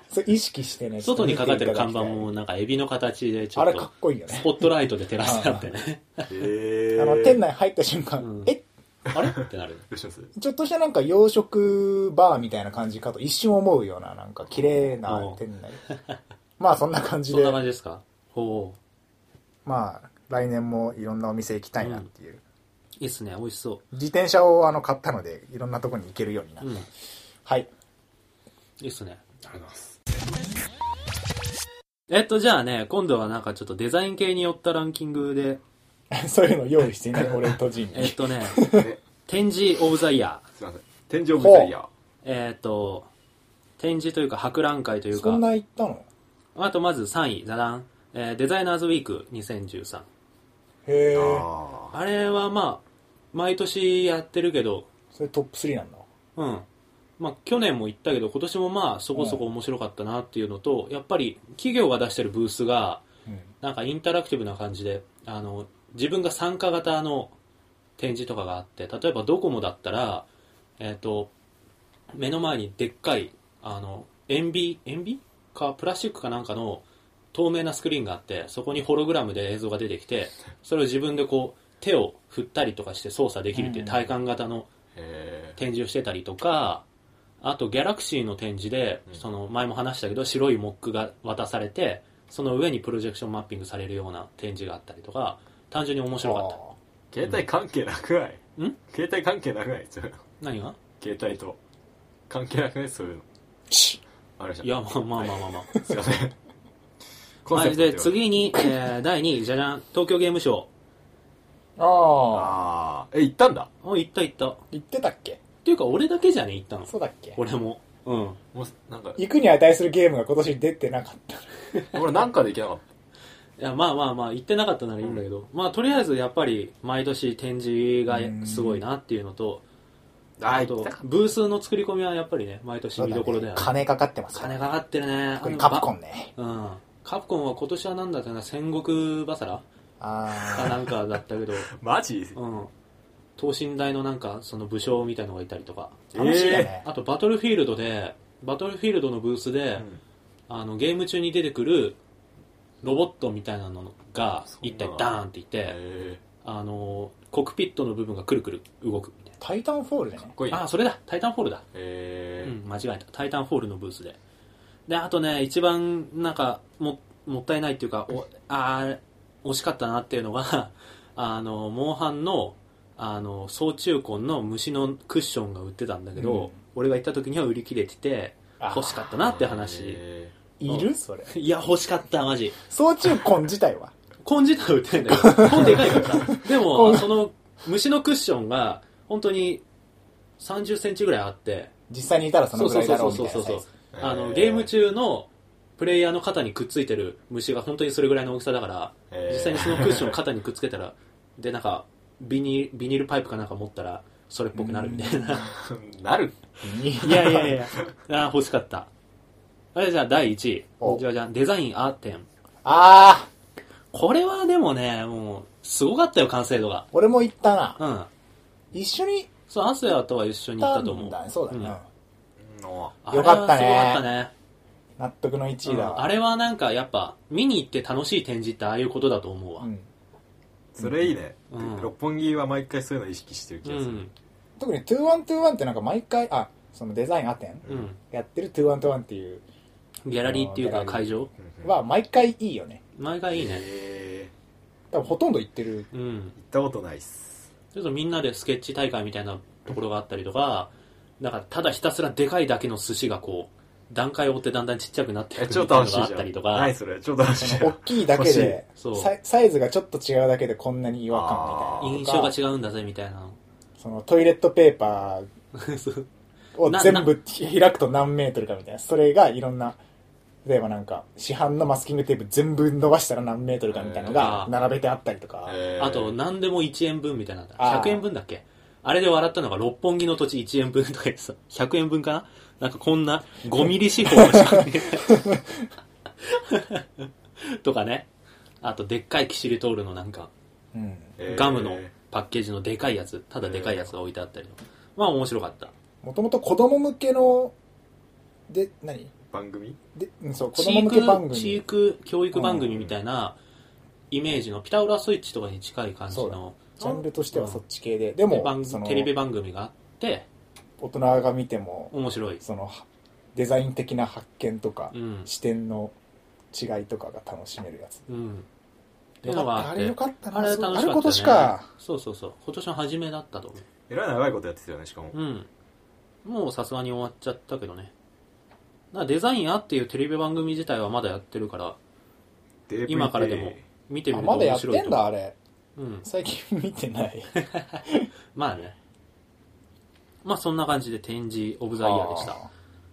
そう意識してね、
外にかかってる看
ちょ
板
っと見ていただき
もなんかエビの形でち
たい、
ょ
あ
っ
れか
と
っこいいよ
ス
ね。
ポットライトで照らしてあってね
へ
あの、店内入った瞬間、
うん
え、
あれってなる
吉野さん
ちょっとしたなんか洋食バーみたいな感じかと一瞬思うような、なんか綺麗な店内。 まあそんな感じ
そん
で
な、感じですかほ
まあ来年もいろんなお店行きたいなっていう。
ういいっすね美味しそ
自転車をあの買ったので、いろんなとこに行けるようになっ
う
た。
うんい
はい。
いっすね
ありがとうございます
えっとじゃあね今度はなんかちょっとデザイン系によったランキングで
そういうの用意してい ない、俺とジン
え
に。
っ とね
え
展示オブザイヤー
すいません天井舞台や
えっと展示というか博覧会という
そ
か
んな行ったの
あとまず3位座談、えーデザイナーズウィーク2013
へえ。
あ
あれはまあ毎年やってるけど、
それトップ3なんだ。
うん。まあ、去年も行ったけど、今年もまあ、そこそこ面白かったなっていうのと、やっぱり企業が出してるブースが、
うん。
なんかインタラクティブな感じで、あの、自分が参加型の展示とかがあって、例えばドコモだったら、えっ、と、目の前にでっかい、あの、塩ビ塩ビか、プラスチックかなんかの透明なスクリーンがあって、そこにホログラムで映像が出てきて、それを自分でこう、手を振ったりとかして操作できるっていう体感型の
え
展示をしてたりとか、あとギャラクシーの展示で、
うん
その前も話したけど白いモックが渡されて、その上にプロジェクションマッピングされるような展示があったりとか、単純に面白かった。
ー、携帯関係なくない
ん
携帯関係なくないそういうの
何が
携帯と。関係なくないそういうの。
チ
あるじゃん。
いや、まあまあまあまあまあ。
すいません。コン
は
セ
い、
プト
で、
って言われる
次に、えー第2位、じゃじゃん、東京ゲームショ
ッああ。
あー、え、行ったんだ
ウ。あ、行った行った。っ
言ってたっけ
ていうか、俺だけじゃね、行ったの。
そうだっけ
俺も。うん。
もう、なんか、
行くに値するゲームが今年出てなかった。
俺なんかで行けなかっ
いや、まあまあまあ、行ってなかったならいいんだけど、まあ、とりあえず、やっぱり、毎年展示がすごいなっていうのと、
た。あ
あ
ー、行っ
と
たか、
ブースの作り込みはやっぱりね、毎年見どころだよね。
金かかってますよ
金かかってるね。
特にカプコンね。
あの。ばうん。カプコンは今年はなんだったかな、戦国バサラか
あ
なんかだ ったけど、
マジ
うん。等身大のなんか、その武将みたいのがいたりとか。
あ。楽しいよね。
あと、バトルフィールドで、バトルフィールドのブースで、
えーうん
あの、ゲーム中に出てくる、ロボットみたいなのが、
そんな
一体ダーンっていて、
え
あの、コクピットの部分がくるくる動くみたい
タイタンフォールね
ー、か。っこいい
な。
な。
あ、それだタイタンフォールだ
え
う
ー
ん、間違えた。タイタンフォールのブースで。で、あとね、一番、なんか、も、もったいないっていうか、お、あー惜しかったなっていうのが、 あの、モンハンの、あの、総中根の虫のクッションが売ってたんだけど、
うん
俺が行った時には売り切れてて、欲しかったなって話。
え
いるそれ。
いや、欲しかった、マジ。
総中根自体 は。
コーン自体は売ってない んだけど、コーンでかいからさ。で
コ
も、
ーン
その、虫のクッションが、本当に30センチぐらいあって、
実際にいたらそのぐらいだろうみたい
そう
な
そ
サ
うそう
イ
そ
ズ。
ー
あの、
えー
ゲーム中のプレイヤーの肩にくっついてる虫が本当にそれぐらいの大きさだから、
えー
実際にそのクッションを肩にくっつけたら、で、なんか、ビニビニールパイプかなんか持ったら、それっぽくなるみたいな。
なる
いやいやいや あー欲しかった。あれじゃあ第1位
お。
じゃあじゃあデザインアーテン。
ああ、
これはでもね、もう、すごかったよ、完成度が。
俺も行ったな。
うん。
一緒に
そう、アスヤとは一緒に
行
行っ
った
と思
ん
う。
だね。そうだね。う
ん
ん
の
あれ
よ
は
かったね
すごかったね。
納得の1位だ
うん
わ。
あれはなんかやっぱ、見に行って楽しい展示ってああいうことだと思うわ
う。ん
それいいね、
うん
六本木は毎回そういうの意識してる気がする、
うん
特に2121ってなんか毎回、あ、そのデザインアテン
うん、
やってる2121っていう
ギャラリーっていうか会場
うん
は毎回いいよね。
毎回いいね、
え
多分ほとんど行ってる。
うん
ー、行ったことないっ す
ちょっとみんなでスケッチ大会みたいなところがあったりとかなんかただひたすらでかいだけの寿司がこう段階を追ってだんだんちっちゃくなっていく
え
みた
超
いなの
楽しいじ
があっ
ゃ
た
ん
りと
な
か
いそれ超楽しいじ
その
ゃ
大
ん
きいだけで
欲しいそう
サイ、サイズがちょっと違うだけでこんなに違和感
あー
みたいな。
印象が違うんだぜみたいな
そのトイレットペーパー
そう
を
な
全部開くと何メートルかみたいな。それがいろんな、例えばなんか、市販のマスキングテープ全部伸ばしたら何メートルかみたいなのが
えー
並べてあったりとか。
えー
あと何でも1円分みたいなの
あー
100円分だっけあれで笑ったのが六本木の土地1円分とかでさ100円分かななんかこんな5ミリ四方のしかね とかねあとでっかいキシリトールのなんか
うん。
えー
ガムのパッケージのでかいやつ、ただでかいやつが置いてあったりとか。まあ面白かった。
もともと子供向けの、で、何
番組
で、うんそう、子
飼
供向け番
育、
組。
飼育、教育番組みたいなイメージの、ピタゴラスイッチとかに近い感じの、
ジャンルとしてはそっち系で。でも、
番
その、
テレビ番組があって、
大人が見ても、
面白い。
その、デザイン的な発見とか、
うん。
視点の違いとかが楽しめるやつ。
うん。っていう
よ
の
か
が
った
あ
あ
っ
れ
て
よ、かったな。
あれ楽しかった、
あ
ね。
れ今年か。。
そうそうそう。今年の初めだったと思
えらい長いことやってたよねしかも
う。うん。もうさすがに終わっちゃったけどね。だからデザインあっていうテレビ番組自体はまだやってるから、
DVD
今からでも見てみ
あ
ると
まだや
面
って
白いと
ん
思う。
だ、あれ。
うん。
最近見てない。
まあね。まあそんな感じで展示オブザイヤーでした。
あ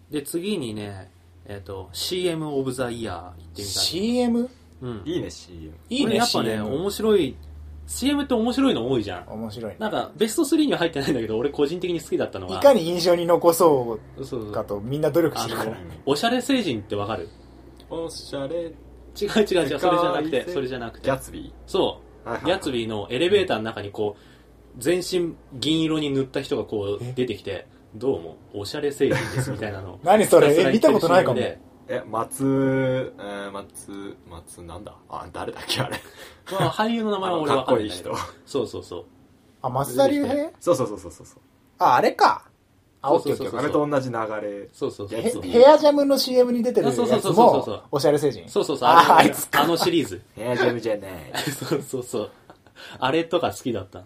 で、次にね、えっ、と、CM オブザイヤー行っ
ー
てみたい。
CM?
うん。
いいね CM
いい
これ
ね、
やっぱね、
CM
面白い CM って面白いの多いじゃん。
面白いね
なんか、ベスト3には入ってないんだけど、俺個人的に好きだったの
い
が、
かに印象に残そ
そうそう
う
そ
か
う。
とみんな努力してるか
あ
ら。
のおしゃれ成人ってわかる
おしゃ
違う
れ
違う違う、それじゃなく
世界
て、
線
それじゃなく
ギ
て
ャ。ツビ
そう。
ーはいはい
ギャツビーのエレベーターの中にこう、全身銀色に塗った人がこう出てきて、どうも、おしゃれ成人ですみたいなの
何それえ見たことないかも
で
え松えー松松なんだあ誰だっけあれ
まあ、俳優の名前は俺
か
わ
っ
か
こ
る
い
ん
い
ないけど
人
そうそうそう。
あ松田龍平
そうそうそうそうそう
ああれかあオッケ
そう
ーオ
そ
ッケ
うそ
ー
あれと同じ流れ
そうそうそう
え
へ
そう。
ヘアジャムの CM に出てるやつ
あそうそうそうそうそう
もおしゃれ成人
そうそうそう。
あ
あ
あ
れ
いつ
あのシリーズ。
ヘアジェムじゃない
そうそうそう。あれとか好きだった。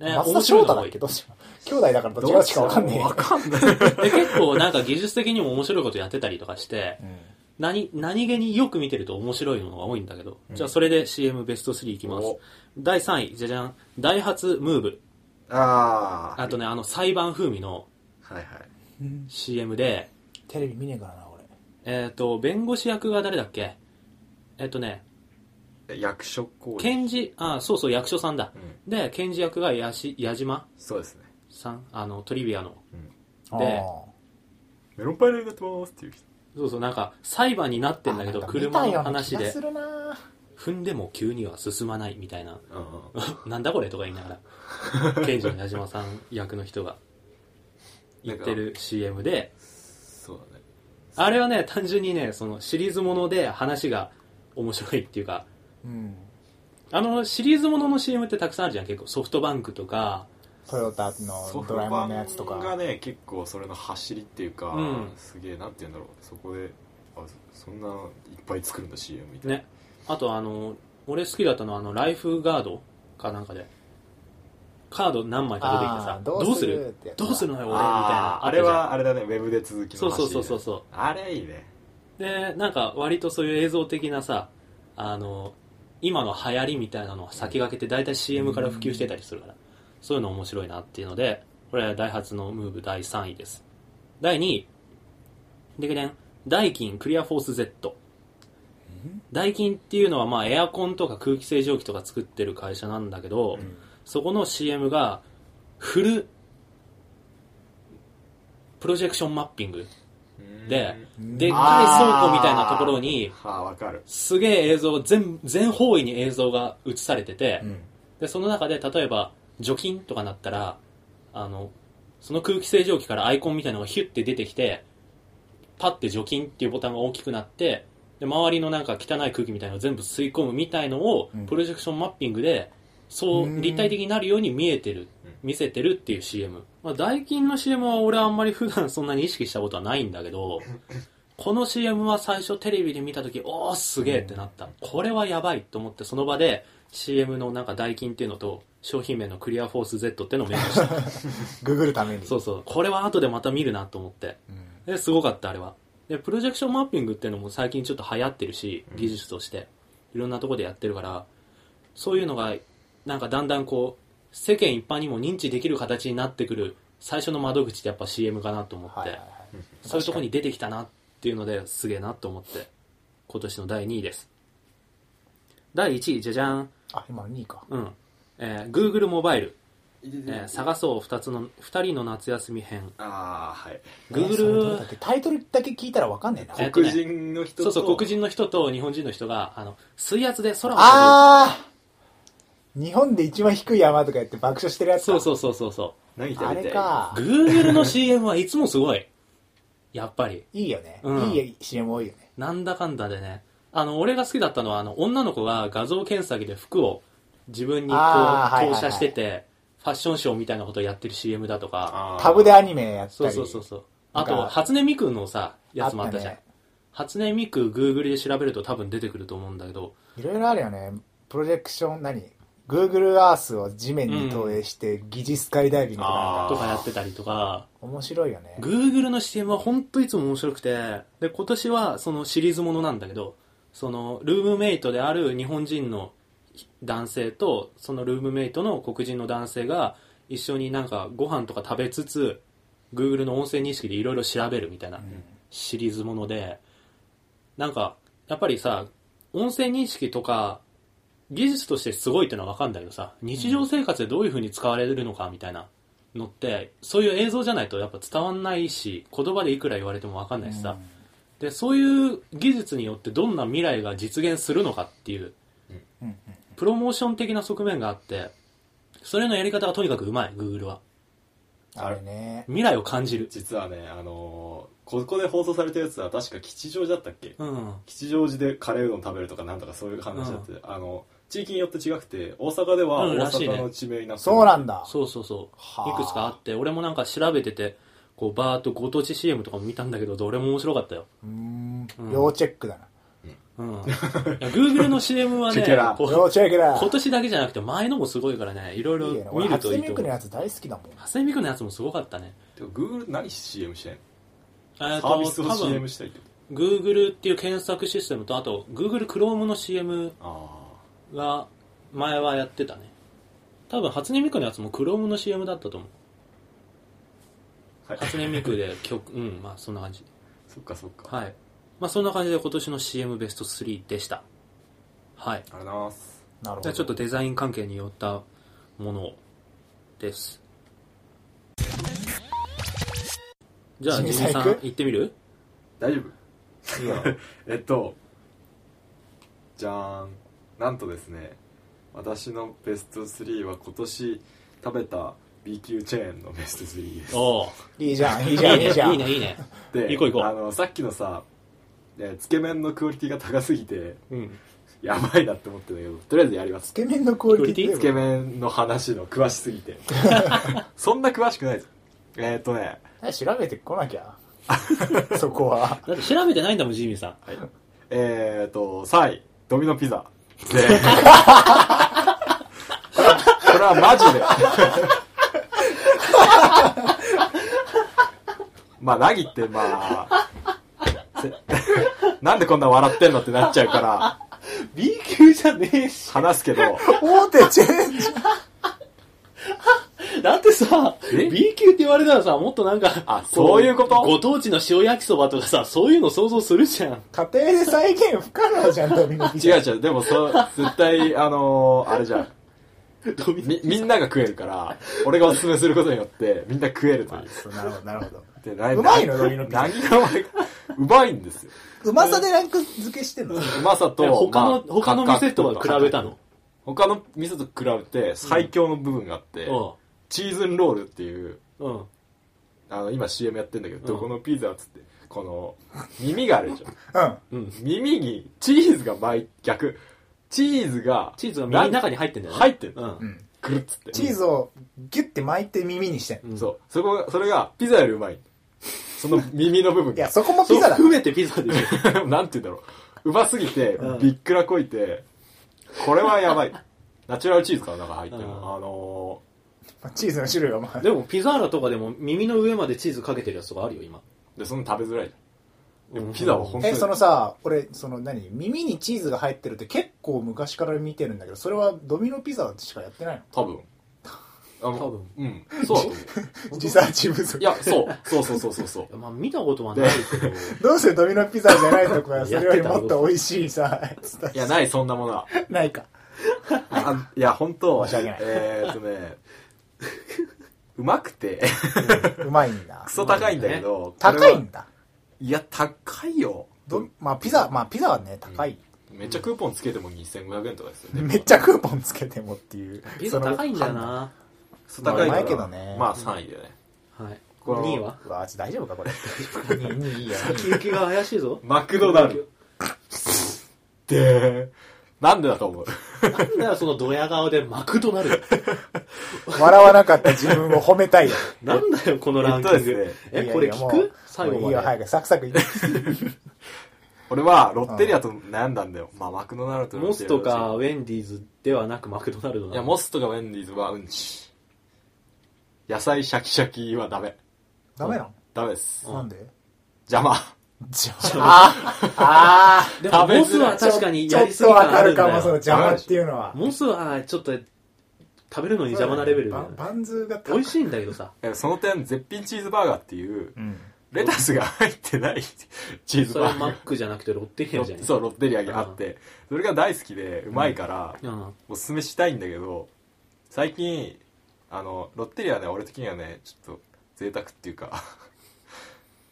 ね
松田翔太だっ
い
けどっちも兄弟だから どっちがしかわかんね
わ かんない
で、結構なんか技術的にも面白いことやってたりとかして
え、うん
何、何気によく見てると面白いものが多いんだけど。じゃあそれで CM ベスト3いきます
お。
第3位、じゃじゃん。ダイハツムーブ。
ああ
あとね、あの裁判風味の
はいはい
CM で、
テレビ見ねえからな俺
えっ、と、弁護士役が誰だっけえっ、とね、
え役所工事
検事、あ、そうそう、役所さんだ。で、検事役がやし矢島
そうですね
さん、あの、トリビアの。で
あ
メロンパイになってますっていう人
そうそう、なんか、裁判になって
ー
んだけど、
あなんか見
車
た
の
ような
話
気が、
です
るな
踏んでも急には進まないみたいな、
うんうん
なんだこれとか言いながら、 検事の矢島さん役の人が 言ってる CM で、
そうだね
あれはね、単純にね、そのシリーズもので話が面白いっていうか、
うん
あの、シリーズものの CM ってたくさんあるじゃん、結構。ソフトバンクとか、
トヨタのドラえもんのやつと
ソフトバン
か
がね結構それの走りっていうか、
うん
すげえなんて言うんだろうそこであそんないっぱい作るんだ CM みたいな、
ね。あと、あの、俺好きだったのは、あの、ライフガードかなんかで、カード何枚か出てきて
あ
さ
ー、
どうする
ってやつだ
どうするのよ、俺、みたい
あ
な。
ーあれはあれだねウェブで続き
そ
の
うそうそう
ね
そうそう
あれいいね
でなんか割とそういう映像的なさあの今の流行りみたいなのを先駆けて大体 CM から普及してたりするから、そういうの面白いなっていうのでこれはダイハツのムーブ第3位です第2位でけでんダイキンクリアフォース Z ダイキンっていうのはまあエアコンとか空気清浄機とか作ってる会社なんだけど、そこの CM がフルプロジェクションマッピングで
うん
でっかい倉庫みたいなところに
はあわかる
すげえ映像全全方位に映像が映されてて、
うん
でその中で例えば除菌とかなったらあのその空気清浄機からアイコンみたいなのがヒュッて出てきてパッて除菌っていうボタンが大きくなってで周りのなんか汚い空気みたいなのを全部吸い込むみたいのを、
うん
プロジェクションマッピングでそう立体的になるように見えてる
うん
見せてるっていう CM、まあ、ダイキンの CM は俺はあんまり普段そんなに意識したことはないんだけどこの CM は最初テレビで見た時おおすげえってなった、これはやばいと思ってその場で CM のなんかダイキンっていうのと商品名のクリアフォース Z っていうのをメモした
ググるために
そうそうこれは後でまた見るなと思って
うん
ですごかったあれはでプロジェクションマッピングっていうのも最近ちょっと流行ってるし
うん
技術としていろんなとこでやってるからそういうのがなんかだんだんこう世間一般にも認知できる形になってくる最初の窓口ってやっぱ CM かなと思って、
はいはいはい
そういうとこに出てきたなっていうのですげえなと思って今年の第2位です第1位じゃじゃん
あ今2位か
うん、えー Google モバイル、えー探そう2つの2人の夏休み編
ああはい
Google
えそれどうだっけタイトルだけ聞いたらわかんねえな
えっと
黒
ね
人の人
そ
と
うそう黒人の人と日本人の人があの水圧で空を飛
あー日本で一番低い山とかやって爆笑してるや
ぶ
つ
そう
う
そうそうそうそ
何食べ
あ
たい
れか
う Google の CM はいつもすごいやっぱり
いいよね、
うん
いい CM 多いよね
なんだかんだでねあの俺が好きだったのはあの女の子が画像検索で服を自分にこう
あーはいはい
投
はい
射してて、ファッションショーみたいなことをやってる CM だとか
あー
タブでアニメやった
そう
り
そうそうそう
な
あ
んか
と初音ミクのさやつもあったじゃん、
あった
初音ミク Google で調べると多分出てくると思うんだけど
いろいろあるよねプロジェクション何 Google Earth を地面に投影して疑似スカイダイビングとかなんか
あー
とかやってたりとか
面白いよね
Google の CM は本当いつも面白くて、で、今年はそのシリーズものなんだけど、そのルームメイトである日本人の男性と、そのルームメイトの黒人の男性が一緒になんかご飯とか食べつつ、Google の音声認識でいろいろ調べるみたいなシリーズもので、なんか、やっぱりさ、音声認識とか技術としてすごいってのは分かんだけどさ日常生活でどういう風に使われるのかみたいなのってそういう映像じゃないとやっぱ伝わんないし言葉でいくら言われても分かんないしさ、でそういう技術によってどんな未来が実現するのかっていう
うんうん
プロモーション的な側面があってそれのやり方がとにかくうまい Google は
あるね。
未来を感じる
実はね、あのーここで放送されたやつは確か吉祥寺だったっけ
うん
吉祥寺でカレーうどん食べるとかなんとかそういう話だって、あの地域によって違くて大阪では
うんら
大
しいね
阪の地名になってる
そうなんだ。
そうそうそう
はい
くつかあって俺もなんか調べててこうバーっとご当地 CM とかも見たんだけどどれも面白かったよ、
うーん
うん。
要チェックだな。
うん、いや Google の CM はね
チェケラ
こう
要チェックだ。
今年だけじゃなくて前のもすごいからねいろい
いいよな
ろ見
俺、
る
初
とい
音
い
ミ
と
クの
思う
やつ大好きだもん。
初音ミクのやつもすごかったね
てか Google 何 CM してんの
サ
サービスの
多分
CM したいってこと
Google っていう検索システムとあと Google Chrome の CM
あ
が前はやってたね多分初音ミクのやつも Chrome の CM だったと思う
あはい
初音ミクで曲うんまあそんな感じ
そっかそっか、
はいまあそんな感じで今年の CM ベスト3でしたはい
ありがとうございます
なるほ
じゃ
ど。
あちょっとデザイン関係によったものですじゃあ
ジミ
ジ
ー
ミ
さん
ーさん
行く
行ってみる
大丈
いいよ
夫えっとじゃーんなんとですね私のベスト3は今年食べた B 級チェーンのベスト3です
おお
いいじゃん、いい
いい
じゃん、いいじゃん。
ねいいねいいね
で
行こう行こう
あのさっきのさえつけ麺のクオリティが高すぎて
うん
やばいなって思ってるんだけどとりあえずやります
つけ麺のクオリティ
つけ麺の話の詳しすぎ てそんな詳しくないぞえーっとね
え調べてこなきゃ。そこは。
だって調べてないんだもんジミーさん
えーっと3位ドミノピザでこれはマジでまあなぎってまあせなんでこんな笑ってんのってなっちゃうから
B 級じゃねえし
話すけど
大手チェーンじ
だってさ、
え
B 級って言われたらさ、もっとなんか、
あそういうこと
ご当地の塩焼きそばとかさ、そういうの想像するじゃ ん。
家庭で再現不可能じゃん、ドミノピザ。
違う違う、でもそう、絶対、あのーあれじゃん。
ドミ
み、みんなが食えるから、俺がおすすめすることによって、みんな食えるという。
そうなるほど、なるほど。
でな
うまいのドミノピザ
何がうまいかうまいんですよ。
うまさでランク付けしてんの
うまさと、
他
ま
の
あ、
他の店とは比べた
の
の。
他の店と比べて、最強の部分があって、
う
チーズンロールっていう、
ん。うん。
あの、今 CM やってんだけど、
うん
どこのピザっつって、この、耳があるじゃん。
うん。
うん。
耳に、チーズが巻い、逆。チーズが、
チーズが耳の中に入ってんだよね。
入ってん
う
の
ん。
くるっつって。
チーズをギュッて巻いて耳にしてんの
うん
そう。そこが、それが、ピザよりうまい。その耳の部分
いや、
が。
そこも
そ
ピ
う
ザだ。
含めてピザでし ょ。
なんて言うんだろう。うますぎて
うん、
びっくらこいて、これはやばい。ナチュラルチーズから中入ってる
うん
の。あの
チーズの種類がまあ、
でも、ピザーラとかでも耳の上までチーズかけてるやつとかあるよ、今。
ー、で、その食べづらいじゃん。で
うん
もピザは本当
え、
に。
そのさ、俺、その何耳にチーズが入ってるって結構昔から見てるんだけど、それはドミノピザしかやってない
多分。多
多分。
うん。そうだと思
の自サーチ不
う。
足
い。や、そう。そうそうそうそうそう。
まあ、見たことはないけど。
どうせドミノピザじゃないとこが、それより
やってた
もっと美味しいさ、やつだ
いや、ない、そんなものは。
ないか。
あいや、本当
申し訳ない
えーっとね、うまくて、
うまいんだ
ク。ソ高いんだけど。
高いんだ。
いや、高いよ。
どまあ、ピザ、まあ、ピザはね、高い。
めっちゃクーポンつけても2500円とかですよね。
めっちゃクーポンつけてもっていう。
ピザ高いんだよな。
そう高い
まあうま
から。
いけどね
まあ3位でね。
はい。
この
2位は
その。うわ、ちょっと大丈夫か、これ。いいいいよ。
勇気が怪しいぞ。
マクドナルド。で、なんでだと思う
なんだよ、そのドヤ顔でマクド ナルド。
笑わなかった自分を褒めたいよ。
なんだよ、このランキン
えっと
グ
で す。
え、
いや
これ
いや
聞
もう
く最後
もういい
まで
よ、。早く、サクサクいって。
俺はロッテリアと悩んだんだよ。まあマクドナルド
モスとかウ
ウ
ェンディーズではなくマクドナルドなの
いや、モスとかウェンディーズはうんち。野菜シャキシャキはダメ。
ダメな
ダメです。
のなんで
邪魔。
じゃあ、あ
でも
食べ
モ
づ
ス
らい
は
あ、ちょ
確
っ
かに
と
やりすぎ
わ
感
か
ある
る
ん
かも、
だ
その
よ。
邪魔っていうのは。
モスはちょっと食べるのに邪魔なレベルだよ
バンバンズが
美味しいんだけどさ。
えその点、絶品チーズバーガーっていう、
うん。
レタスが入ってないチーズ
それ
バ
はマ
ー
ックじゃなくてロッテリアじゃ
グ
ない
そうロッテリアがあってそれが大好きでうまいから
うん
おすすめしたいんだけど最近あのロッテリアね俺的にはねちょっと贅沢っていうか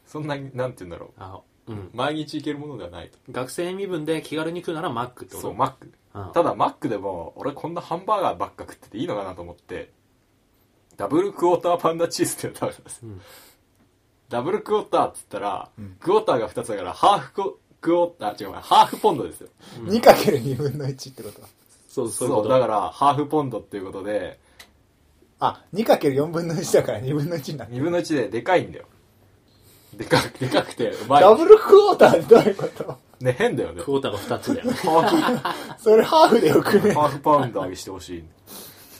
そんなになんて言うんだろ
あうん
う毎日行けるものではない
学生身分で気軽に食うならマックって
と
こと
そうマック
うん
ただマックでも俺こんなハンバーガーばっか食ってていいのかなと思ってダブルクォーターパンダチーズってのを食べたんです
うん
ダブルクォーターっつったら、
うん
クォーターが2つだからハーフコクォーター違うなハーフポンドですよ
うん
2×2 分の1ってこと
そうそ
そうう
いうこと
だからハーフポンドっていうことで
あ二 2×4 分の1だから2分の1になって
2分の1ででかいんだよでかくでかくてうまい
ダブルクォーターってどういうこと
ね変だよね
クォーターが2つだよ ね
ハー
それハーフでよく
フ
ね
ハーフパウンダーにしてほし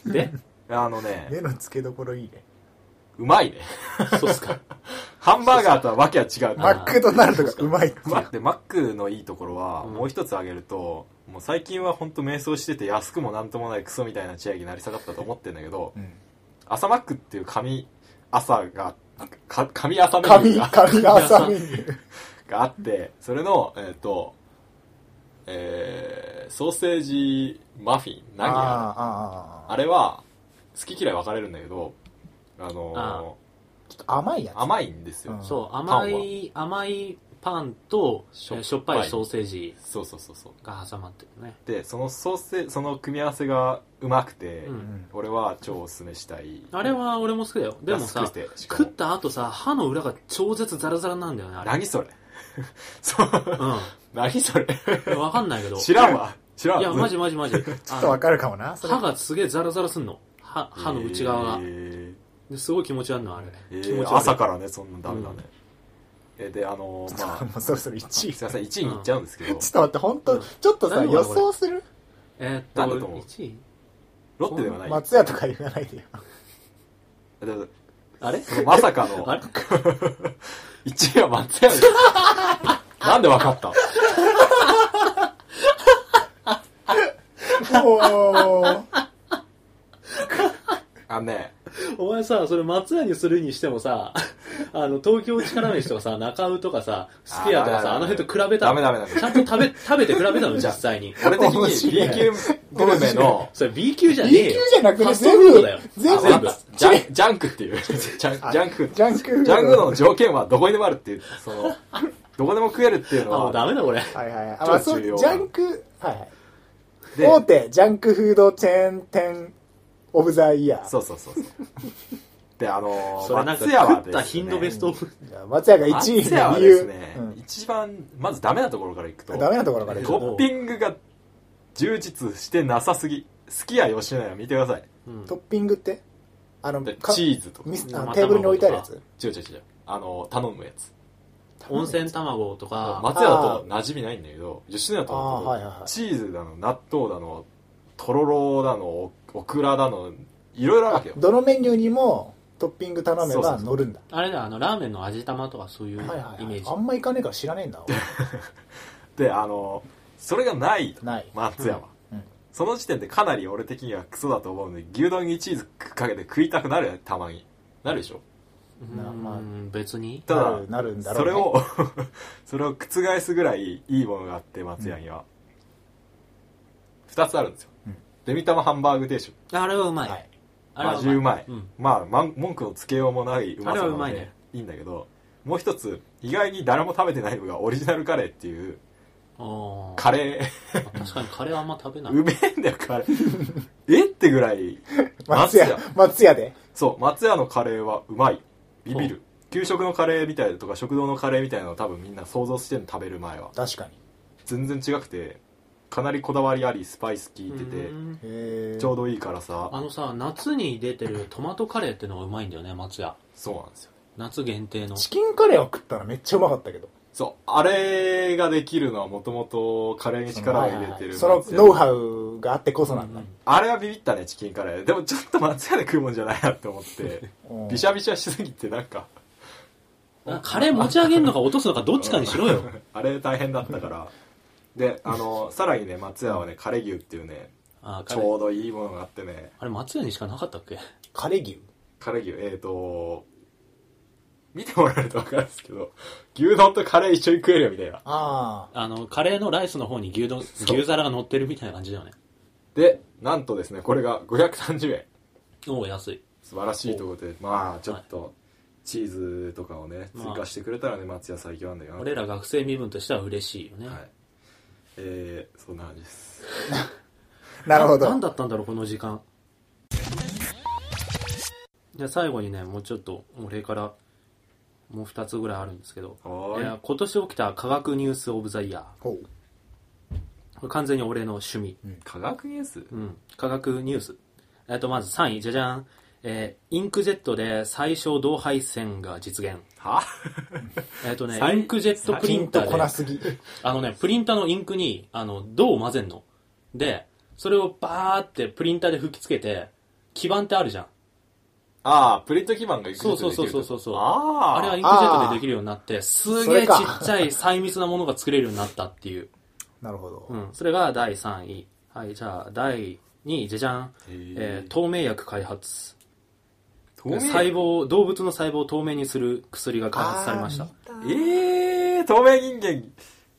い
で
あのね
目の付けどころいいね
うまいね
そうっすか
ハンバーガーとはわけは違う
マックドナルドがうまいって
までマックのいいところは
うん
もう一つ挙げると、もう最近は本当迷走してて安くもなんともないクソみたいなチェアになり下がったと思ってんだけど
うん
朝マックっていう紙朝がか紙朝メニュ
髪髪
ー が
が浅めに
があってそれのえっ、とえーソーセージマフィン何あ
あ
れ
ーあーあー
あれは好き嫌い分かれるんだけどあのー
あ
ちょっと甘いやつ
甘いんですよ、
うん
そう
パ
甘
ン
い甘いパンとしょしょっぱいソーセージ
そうそうそうそう
が挟まってるね
でそのソーセその組み合わせがうまくて、
う
うんん
俺は超おすすめしたい
あれは俺も好きだよでもさ
安くてしか
食
も
った後さ歯の裏が超絶ザラザラなんだよねあれ
何それ そう
う
何それ
んわかんないけど
知らんわ知らんわ
いやマジマジマジ
ちょっとわかるかもなそれ
歯がすげえザラザラすんの歯歯の内側が
えー
ですごい気持ち悪いのあれ
えー
気持ち悪い
朝からねそんなんダメだね、えーであの ーまあ
もうそろそろ1位
すいません1位に行っちゃうんですけど、
ちょっと待って本当ちょっとさ
何
予
だろうこれ
想する
え
なんだ
ーっ
と
と
思う
1位
ロッテではない、
松屋とか言わない でよ
だから
あれ
そのまさか の
あれ
1位は松 屋ですなんでわかった
もう
あのね
お前さ、それ松屋にするにしてもさ、あの、東京力飯とかさ、 中尾とかさ、スペアとかさ、
あー
あの辺と比べた
ダ
の
メダメダメ
ちゃんと食べ、 食べて比べたの、
じ
実
ゃあ
際に。
俺的
面
に
白い
B 級グルメの
それ B 級じゃね
B
え
級
よ。
じゃなく
フ
て
ァストフードだよ。
全部
全部
あ
ジャンジャンクっていうジャンジャンク
ジャンクフード
ジャンクの条件はどこにでもあるっていう、その、どこでも食えるっていうの
あ、もうダ
は、
メだ、これ。
はいはいはいあ
超
まあそう
重要な
ジャンクはいはい
で、
大手ジャンクフードチェーン店オブザイヤー
そうそうそうそう。で、あの
そ
ー、
れなんか、
松屋は
食
で
っ
すね
た頻度ベストオブ。
じゃあ松屋が1位
松屋
の
は
理
です
由
ね、
うん
一番、まずダメなところからいくと、
ダメなところからいく
トッピングが充実してなさすぎ。好きや吉野家見てください。
うん
トッピングってあの
で
か
チーズとか、
ミスあの
生
テーブルに置いてあるやつ
違う違う違う、あのー、頼むやつ。
温泉卵とか、
松屋だと馴染みないんだけど、吉野家だ
ああはい
と、
はいはい
チーズだの、納豆だの、とろろだの、オオクラだの、いろいろあるわけよ。
どのメニューにもトッピング頼め
そうそう
ば
そう
乗るんだ
あれだよ、あの、ラーメンの味玉とかそういうイメ
はいはい、はい
ー、ジ
あ。んま行かねえから知らねえんだ俺
であのそれが ないと
ない
松屋は、
うんうん
その時点でかなり俺的にはクソだと思うんで牛丼にチーズかけて食いたくなるよねたまになるでしょ
う
なまあ
ん、別に。
ただ
なるなるんだろ、
そう
ね、
れを それを覆すぐらいいいものがあって松屋には、二2つあるんですよ、
うん
デミタマハンバーグ定食
あれはうま
はいい。
あれは
味うまい
うん。
まあまん文句のつけようもないうまさな
あれはうま
の
い
で
ね
いいんだけどもう一つ意外に誰も食べてないのがオリジナルカレーっていう
おー
カレー。
確かにカレーあんま食べないう
めえんだよカレーえってぐ らい
松屋松屋で
そう、松屋のカレーはうまい。ビビる。給食のカレーみたいなとか食堂のカレーみたいなの多分みんな想像してんの食べる前は。
確かに
全然違くて、かなりこだわりあり、スパイス効いて
う
て、
ん
へえ
ちょうどいいからさ
あ、のさ、夏に出てるトマトカレーってのがうまいんだよね、松屋。
そうなんですよ。
夏限定の。
チキンカレーを食ったらめっちゃうまかったけど
そう、あれができるのはもともとカレーに力を入れてる。
その
松屋
ノウハウがあってこそなんだ、
あれはビビったね、チキンカレー。でもちょっと松屋で食うもんじゃないなって思って、
うん
びしゃびしゃしすぎてなんか、
あカレー持ち上げるのか落とすのかどっちかにしろよ。
あれ大変だったから。で、あの、さらにね、松屋はね、カレー牛っていうね、
あ
ち
カレー
ょうどいいものがあってね、
あれ松屋にしかなかったっけ
カレー牛
カレー牛えっ、ー、と見てもらえると分かるんですけど、牛丼とカレー一緒に食えるよみたいな。
あ
あの、カレーのライスの方に牛丼、
そう
牛皿が乗ってるみたいな感じだよね。
で、なんとですね、これが530円。
おお、安い。
素晴らしいところで、まあ、ちょっと、チーズとかをね、追
まあ
加してくれたらね、松屋最強なんだよな。
俺ら学生身分としては嬉しいよね。
はい。えー、そんな感じです。
あ。なるほど。
何だったんだろう、この時間。じゃあ最後にね、もうちょっと、俺から、もう2つぐらいあるんですけど。
はーい
や今年起きた科学ニュースオブザイヤー。
ほう
これ完全に俺の趣味。
科学ニュース
うん。科学ニュース。えっと、まず3位、じゃじゃん。えーインクジェットで最小同配線が実現。
は
えっと ね、
最
インクジェットプ
ピ
リン
ン
タ
と
ー
こな
で、
すぎ。
あのね、プリンターのインクに、あの、銅を混ぜんの。で、それをバーってプリンターで吹きつけて、基板ってあるじゃん。
ああ、プリント基盤がいくつ
そ
も
うそうそうそう
できると
そうそう。
ああ。
あれはインクジェットでできるようになって、す
そ
げ
れ
えちっ
か
ちゃい細密なものが作れるようになったっていう。
なるほど。
うん。それが第3位。はい、じゃあ、第2位、じゃじゃん。
へー
えー透明薬開発。
透明
細胞、動物の細胞を透明にする薬が開発されました。
ええー、透明人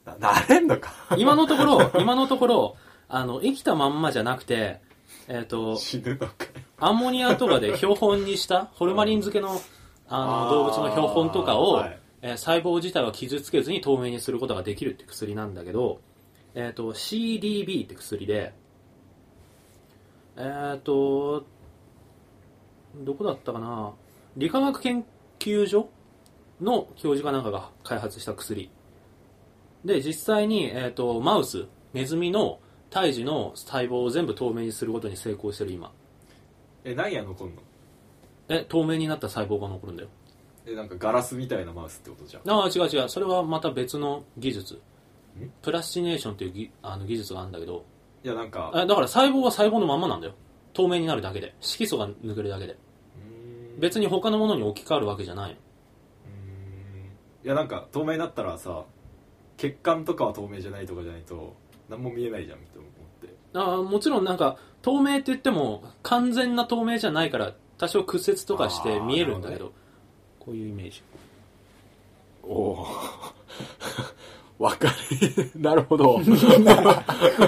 間、な、なれんのか。
今のところ、今のところ、あの、生きたまんまじゃなくて、えっ、と、
死ぬのか。
アンモニアとかで標本にした、ホルマリン漬けの、あの、
あー
動物の標本とかを、
はい
えー細胞自体は傷つけずに透明にすることができるって薬なんだけど、えっ、と、CDB って薬で、えっ、と、どこだったかな理化学研究所の教授かなんかが開発した薬。で、実際に、えっ、と、マウス、ネズミの胎児の細胞を全部透明にすることに成功してる今。
え、何や残んの
え透明になった細胞が残るんだよ
え、なんかガラスみたいなマウスってことじゃん。
ああ違う違うそれはまた別の技術プラスチネーションっていうぎあの技術があるんだけど
いや、なんか、
えだから細胞は細胞のまんまなんだよ透明になるだけで色素が抜けるだけで
うーん
別に他のものに置き換わるわけじゃないの
うーんいや、なんか、透明になったらさ、血管とかは透明じゃないとかじゃないと、何も見えないじゃん、って思って。
あーもちろんなんか透明って言っても完全な透明じゃないから多少屈折とかして見えるんだけどこういうイメージ
おお。わかり、 なる ほど。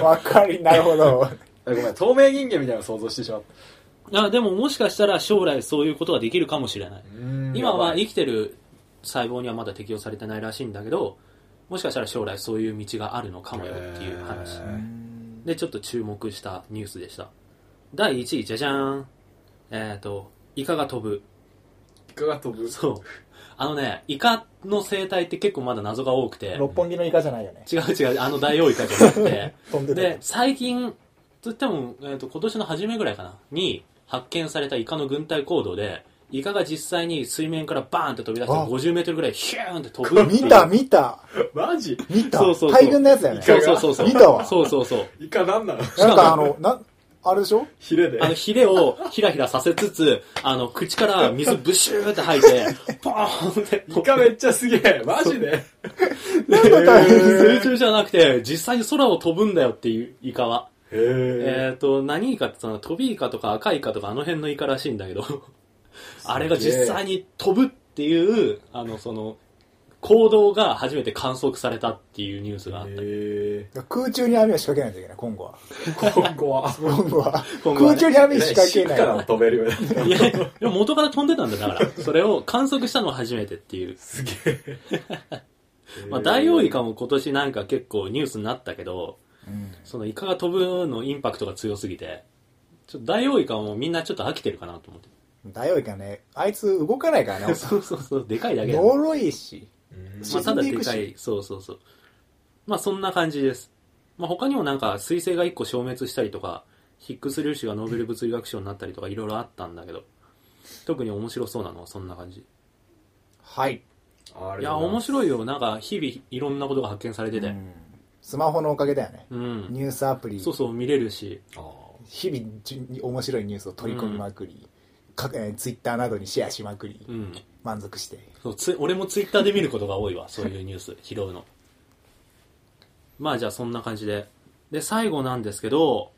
わかり、なるほど。
ごめん、透明人間みたいなの想像してしまった。
あでももしかしたら将来そういうことができるかもしれない今は生きてる細胞にはまだ適用されてないらしいんだけどもしかしたら将来そういう道があるのかもよっていう話
へー
でちょっと注目したニュースでした第1位じゃじゃーんえっ、とイカが飛ぶ
イカが飛ぶ。
そうあのねイカの生態って結構まだ謎が多くて
六本木のイカじゃないよね。
違う違うあのダイオウイカじゃなくて
飛んでた
で最近といっても、えー、と今年の初めぐらいかなに発見されたイカの軍隊行動でイカが実際に水面からバーンって飛び出して
あ
50メートルぐらいヒューンって飛ぶっていう
見た、見た、
マジ
見た。
そうそうそう
大群のやつだよね。
そうそうそうそう
見たわ
そうそうそう
イカなんなの
なんかあの、なん、あれでしょ
ヒレで
あのヒレをひらひらさせつつあの口から水ブシューって吐いてポーンって
イカめっちゃすげえマジで
なんか大変
水中じゃなくて実際に空を飛ぶんだよっていうイカは
へえ
えっ、と、何イカって言ったの飛びイカとか赤イカとかあの辺のイカらしいんだけど、あれが実際に飛ぶっていう、あの、その、行動が初めて観測されたっていうニュースがあった。
へ
空中に網を仕掛けないといけない、今後は。
今後は
今後は。
今後
空
はね
中に網仕掛け
尻尾から
な
も
い。
飛べるよね
いや、でも元から飛んでたんだよだから。それを観測したのは初めてっていう。
すげえ
まあ、ダイオウイカも今年なんか結構ニュースになったけど、
うん
そのイカが飛ぶのインパクトが強すぎて、ちょっとダイオウイカもみんなちょっと飽きてるかなと思っ て。
ダイオウイカね、あいつ動かないからね。
そうそうそう、でかいだけだ
脆いし。
まあ、た
沈ん
だ
で
で
いくし
かい、そうそうそう。まあ、そんな感じです。まあ、他にもなんか、彗星が1個消滅したりとか、ヒックス粒子がノーベル物理学賞になったりとか、いろいろあったんだけど、特に面白そうなのはそんな感じ。
はい。
あ
いや、面白いよ。なんか、日々いろんなことが発見されてて。
スマホのおかげだよね。
うん。
ニュースアプリ。
そうそう、見れるし。
日々じゅ面白いニュースを取り込みまくり、かえツイッター Twitter などにシェアしまくり、
うん。
満足して
そうつ俺もツイッターで見ることが多い わ、そういうニュース、拾うの。まあじゃあそんな感じで。で、最後なんですけど、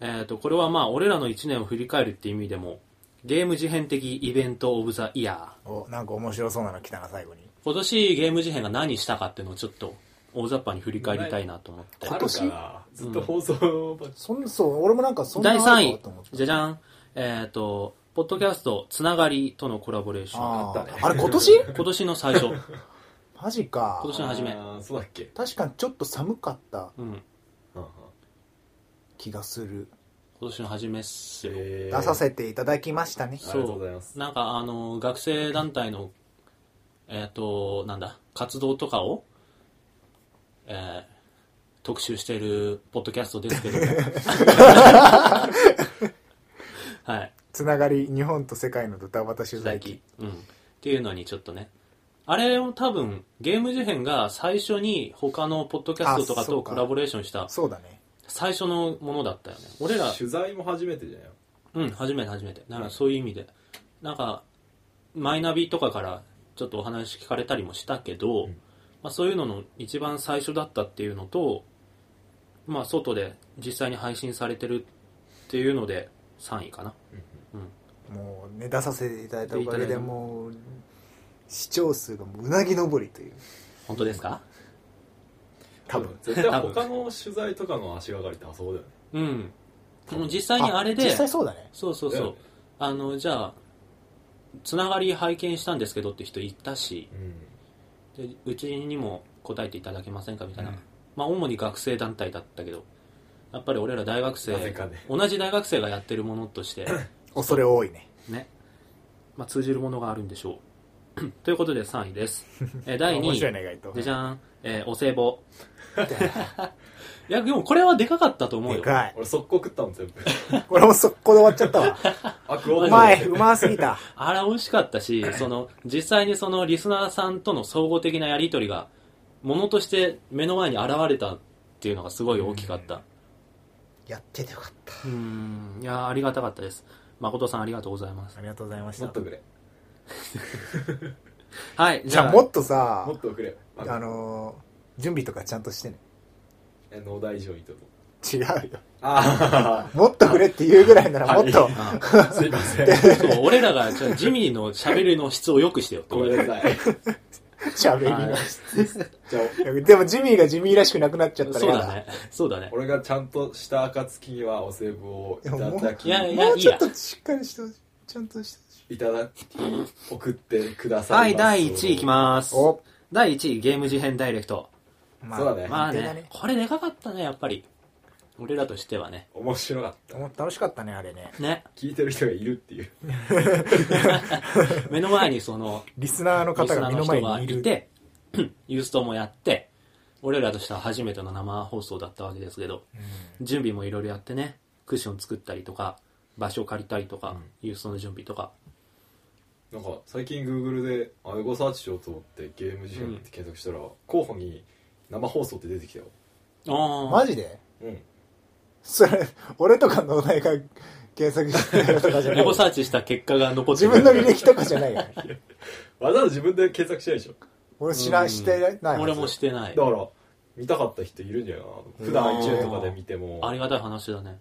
えっ、と、これはまあ俺らの1年を振り返るって意味でもゲーム事変的イベントオブザイヤー。
お、なんか面白そうなの来たな、最後に。
今年ゲーム事変が何したかっていうのをちょっと大雑把に振り返りたいなと思って。
あるから、ずっと放送ばっか
そんそう、俺もなんかそんな
第3位
あるかと思っ、て
じゃじゃん。えっ、と、ポッドキャストつながりとのコラボレーション。
あ
あったね
ーあれ今年
今年の最初。今
マジか。
年の初め。
あーそうだっけ、
確かにちょっと寒かった
うん。
うんうん
気がする。
今年の初めっすよ。
えー
出させていただきましたね。
ありがとうございます
なんかあの、学生団体の、えっ、と、なんだ、活動とかを、えー特集しているポッドキャストです けども。はい。
つながり、日本と世界のドタバタ取材記。
うん。っていうのにちょっとね。あれを多分、ゲーム事変が最初に他のポッドキャストとか
あそ
と
うか
コラボレーションした
そうだね。
最初のものだったよね。俺ら、
取材も初めてじゃんよ
うん、初めて初めて。なんかそういう意味で。なんか、マイナビとかからちょっとお話聞かれたりもしたけど、
うん
まあ、そういうのの一番最初だったっていうのと、まあ外で実際に配信されてるっていうので3位かな。
もうね、出させていただいたおかげ
いただい
で、
た
もう、視聴数がもううなぎ登りという。
本当ですか
多分。
絶対他の取材とかの足がかりってあそこだよね
うん。でも実際にあれで、
実際そうだね。
そうそうそう。あの、じゃあ、つながり拝見したんですけどって人いたし、でうちにも答えていただけませんかみたいな。
うん
まあ、主に学生団体だったけど、やっぱり俺ら大学生、
なぜかね
同じ大学生がやってるものとして、
恐れ多いね。
ね、まあ、通じるものがあるんでしょう。 ということで3位です。 えー第
面白い
2位、
ね、意外と。
じゃじゃん、えーお歳暮。いや、でもこれはでかかったと思う
で
よ。
かい。
俺速攻食ったもん全部
俺も速攻で終わっちゃったわ。
あ食お
う
うと思っ
ま
て
い、うますぎた。
あれ美味しかったし、その、実際にそのリスナーさんとの総合的なやりとりが、ものとして目の前に現れたっていうのがすごい大きかった。
やっててよかった。
うーん、んいやーありがたかったです。誠さんありがとうございます
あ。りがとうございまし
もったと。くれ
はい、
じゃあもっとさ
も、っとくれ
あのー、準備とかちゃんとしてね。
え農大以上にと思う
違うよ。
あ
もっとくれって言うぐらいならもっと。
あすいません
そう、俺らが、じゃあジミーの喋りの質を良くしてよって
ご
こと
めんなさい
喋り
は
ま
い
し
じゃあ
たでもジミーがジミーらしくなくなっちゃったら
そう
嫌
だね。そうだね。
俺がちゃんとした暁にはお歳暮をいただき
いやい
も
や
うちょっとしっかりしてほしい。ちゃんとしてほしい。
いただき送ってくださ
はいい、第1位いきます。
お、
第1位、ゲーム事変ダイレクト。
ま
そうだね
まあ
安定だ
ね、これでかかったね、やっぱり。俺らとしてはね。
面白かった
お楽しかったね、あれね。
ね。
聞いてる人がいるっていう
目の前にその、
リスナーの
リ
方
スナ
が
ー
目
の
の
人
前
が
にいる。
いて、ユーストもやって、俺らとしては初めての生放送だったわけですけど、準備もいろいろやってね、クッション作ったりとか、場所借りたりとか、ユーストの準備とか。
なんか最近 Google であエゴサーチしようと思ってゲーム事変って検索したら、候補に生放送って出てきたよ
あー
マジで
うん
それ、俺とかのお題が検索してるとかじゃな
エ
い
ゴ。サーチした結果が残って
自
る。
分の履歴とかじゃないよね。
わざわざ自分で検索しないでしょ
俺知ら、してないはず。
俺もしてない。
だから見たかった人いるんじゃないかな普
う
段
ん
iTunes とかで見ても
ありがたい話だね。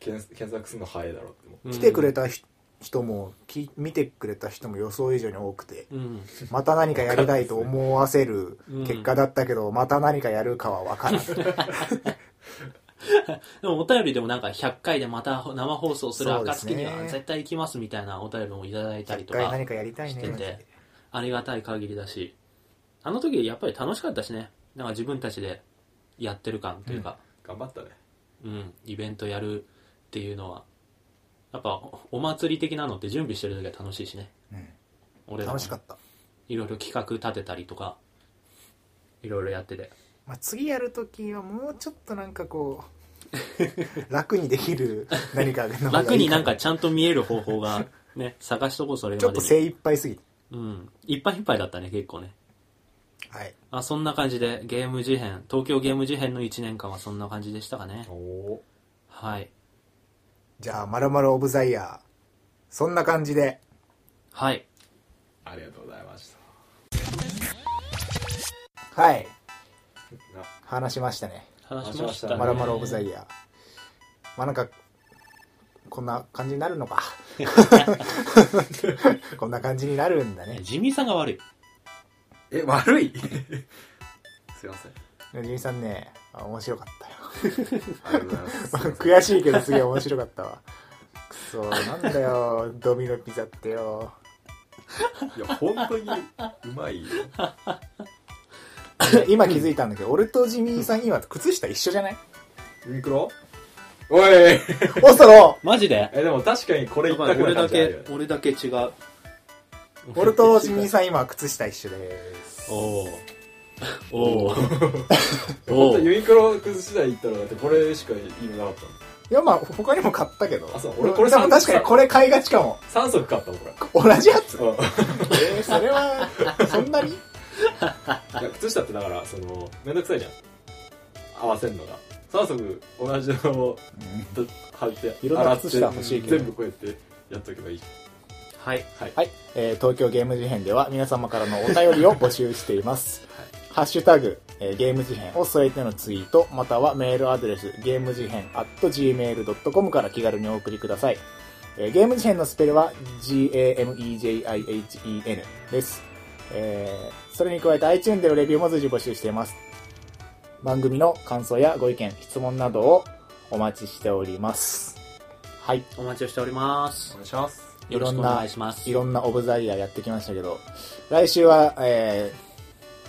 検検索するの早いだろうって思う
来てくれ
た。
たひ人もき見てくれた人も予想以上に多くて
うん。
また何かやりたいと思わせる結果だったけど、また何かやるかは分 からない
でもお便りでもなんか100回でまた生放送する暁に
そうで
は
すね
絶対行きますみたいなお便りもいただいたり
一
とか
回何かやりたい
し
ね
てて、ありがたい限りだし、あの時やっぱり楽しかったしね。なんか自分たちでやってる感というか、
頑張ったね
うん、イベントやるっていうのは、やっぱお祭り的なのって準備してる時は楽しいしね。
うん
俺らも
楽しかった、
いろいろ企画立てたりとか、いろいろやってて。
まあ、次やるときはもうちょっとなんかこう 楽にでき る何かの方がいい
楽になんかちゃんと見える方法が ね、探しとこうそれま
ち
で
ょっ
に。
と精一杯すぎて
うん。いっぱいいっぱいだったね、結構ね。
はい
あ、そんな感じでゲーム事変、東京ゲーム事変の1年間はそんな感じでしたかね
お。お
はい。
じゃあ「まるまるオブザイヤー」そんな感じで
はい。
ーありがとうございました
はい
な
話しましたね
話しました
「
ね。
まるまるオブザ
イ
イヤー」まあなんかこんな感じになるのかこんな感じになるんだね。
地味さが悪い。
え、悪い すいません。
ジミさんね、あ面白かったよ。
ありがとうございます。すいません
悔しいけどすげえ面白かったわ。くそ、なんだよ、ドミノピザってよ。
いや、本当にうまいよ。
今気づいたんだけど、俺とジミーさん今靴下一緒じゃない
ユニクロおい
おそろ
マジで
え、でも確かにこれ
や
一
ばい
択
俺
な
だ
感じある
け
よね
俺だけ違う
俺とジミーさん今靴下一緒です。
おうおう
本
お
当
う
ユニクロ崩しない行ったらだってこれしか意味なかったの。
いや、まあ、他にも買ったけど。
あそう俺これ
でも確かにこれ買いがちかも。
3足買ったのこれ。
同じやつ
う
えーそれ は、そんなに
んいや靴下ってだから、その、めんどくさいじゃん。合わせるのが。3足同じのを貼って、
いろん
洗
な
っ
靴
て、
下欲しいけど
全部こうやってやっとけばいい。
はい
はい。
はい、えー東京ゲーム事変では皆様からのお便りを募集しています。ハッシュタグ、えーゲーム事変を添えてのツイート、またはメールアドレス、ゲーム事変 at gmail.com から気軽にお送りください。えーゲーム事変のスペルは g-a-m-e-j-i-h-e-n です。えーそれに加えて iTunes でのレビューも随時募集しています。番組の感想やご意見、質問などをお待ちしております。はい。
お待ちをしております
願いします。
よろしくお願いします
いろんなオブザイヤーやってきましたけど、来週は、え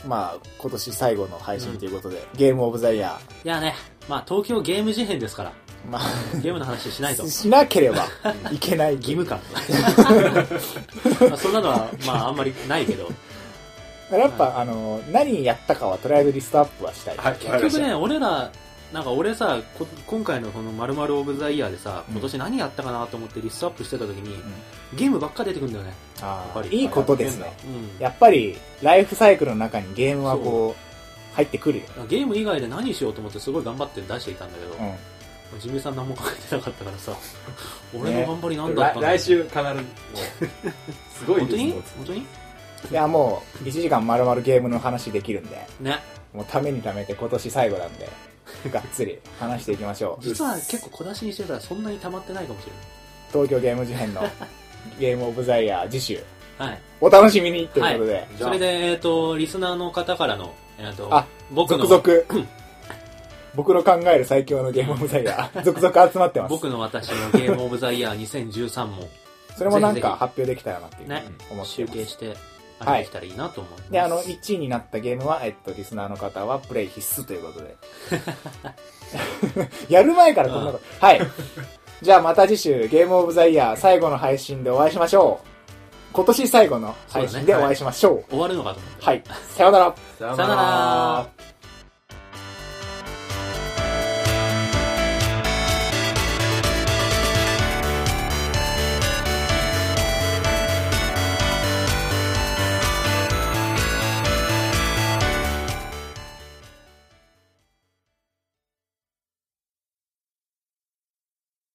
ー、まあ、今年最後の配信ということで、ゲームオブザイヤ
いやねまあ東京ゲーム事変ですから
ー、まあ、
ゲームの話しない と義
しなければいけない義
務
務。
感まあそんなのはまああんまりないけど
やっぱ、あの、何やったかはとりあえずリストアップはしたい。
はい、
結局ね、俺ら、なんか俺さ、こ今回のこの〇〇オブザイヤーでさ、今年何やったかなと思ってリストアップしてた時に、ゲームばっか出てくるんだよね。
あ
や
ー
っぱり
いいことですね。
うん。
やっぱり、ライフサイクルの中にゲームはこう、入ってくるよ。
ゲーム以外で何しようと思ってすごい頑張って出していたんだけど、
うん。
ジミーさん何も考えてなかった からさ、俺
ね
の頑張り何だっ
来
たんだ、
来週必ず、もう、 すごい
本当に
リズムを
本
つ
当に
いや、もう、1時間丸々ゲームの話できるんで、
ね。
もうためにためて今年最後なんで、がっつり話していきましょう。
実は結構小出しにしてたらそんなに溜まってないかもしれ
東京ゲーム事変のゲームオブザイヤー次週、
ない。はい。
お楽しみにということで、
じゃあ
それで、えっ、と、リスナーの方からの、えっ、と
あ、
僕の、
続々、僕の考える最強のゲームオブザイヤー、続々集まってます。
僕の私のゲームオブザイヤー2013も、
それもなん
ぜひぜ
か
ひ
発表できたらなっていう、
ね
思って
集
ま
計
す。
して、あれできたらいいなと思います。
で、あの、1位になったゲームは、えっと、リスナーの方はプレイ必須ということで。やる前からこんなこと。はい。じゃあまた次週、ゲームオブザイヤー最後の配信でお会いしましょう。今年最後の配信でお会いしましょう。
終わるのかと思って。
はい。さようなら。
さよ
さよなら。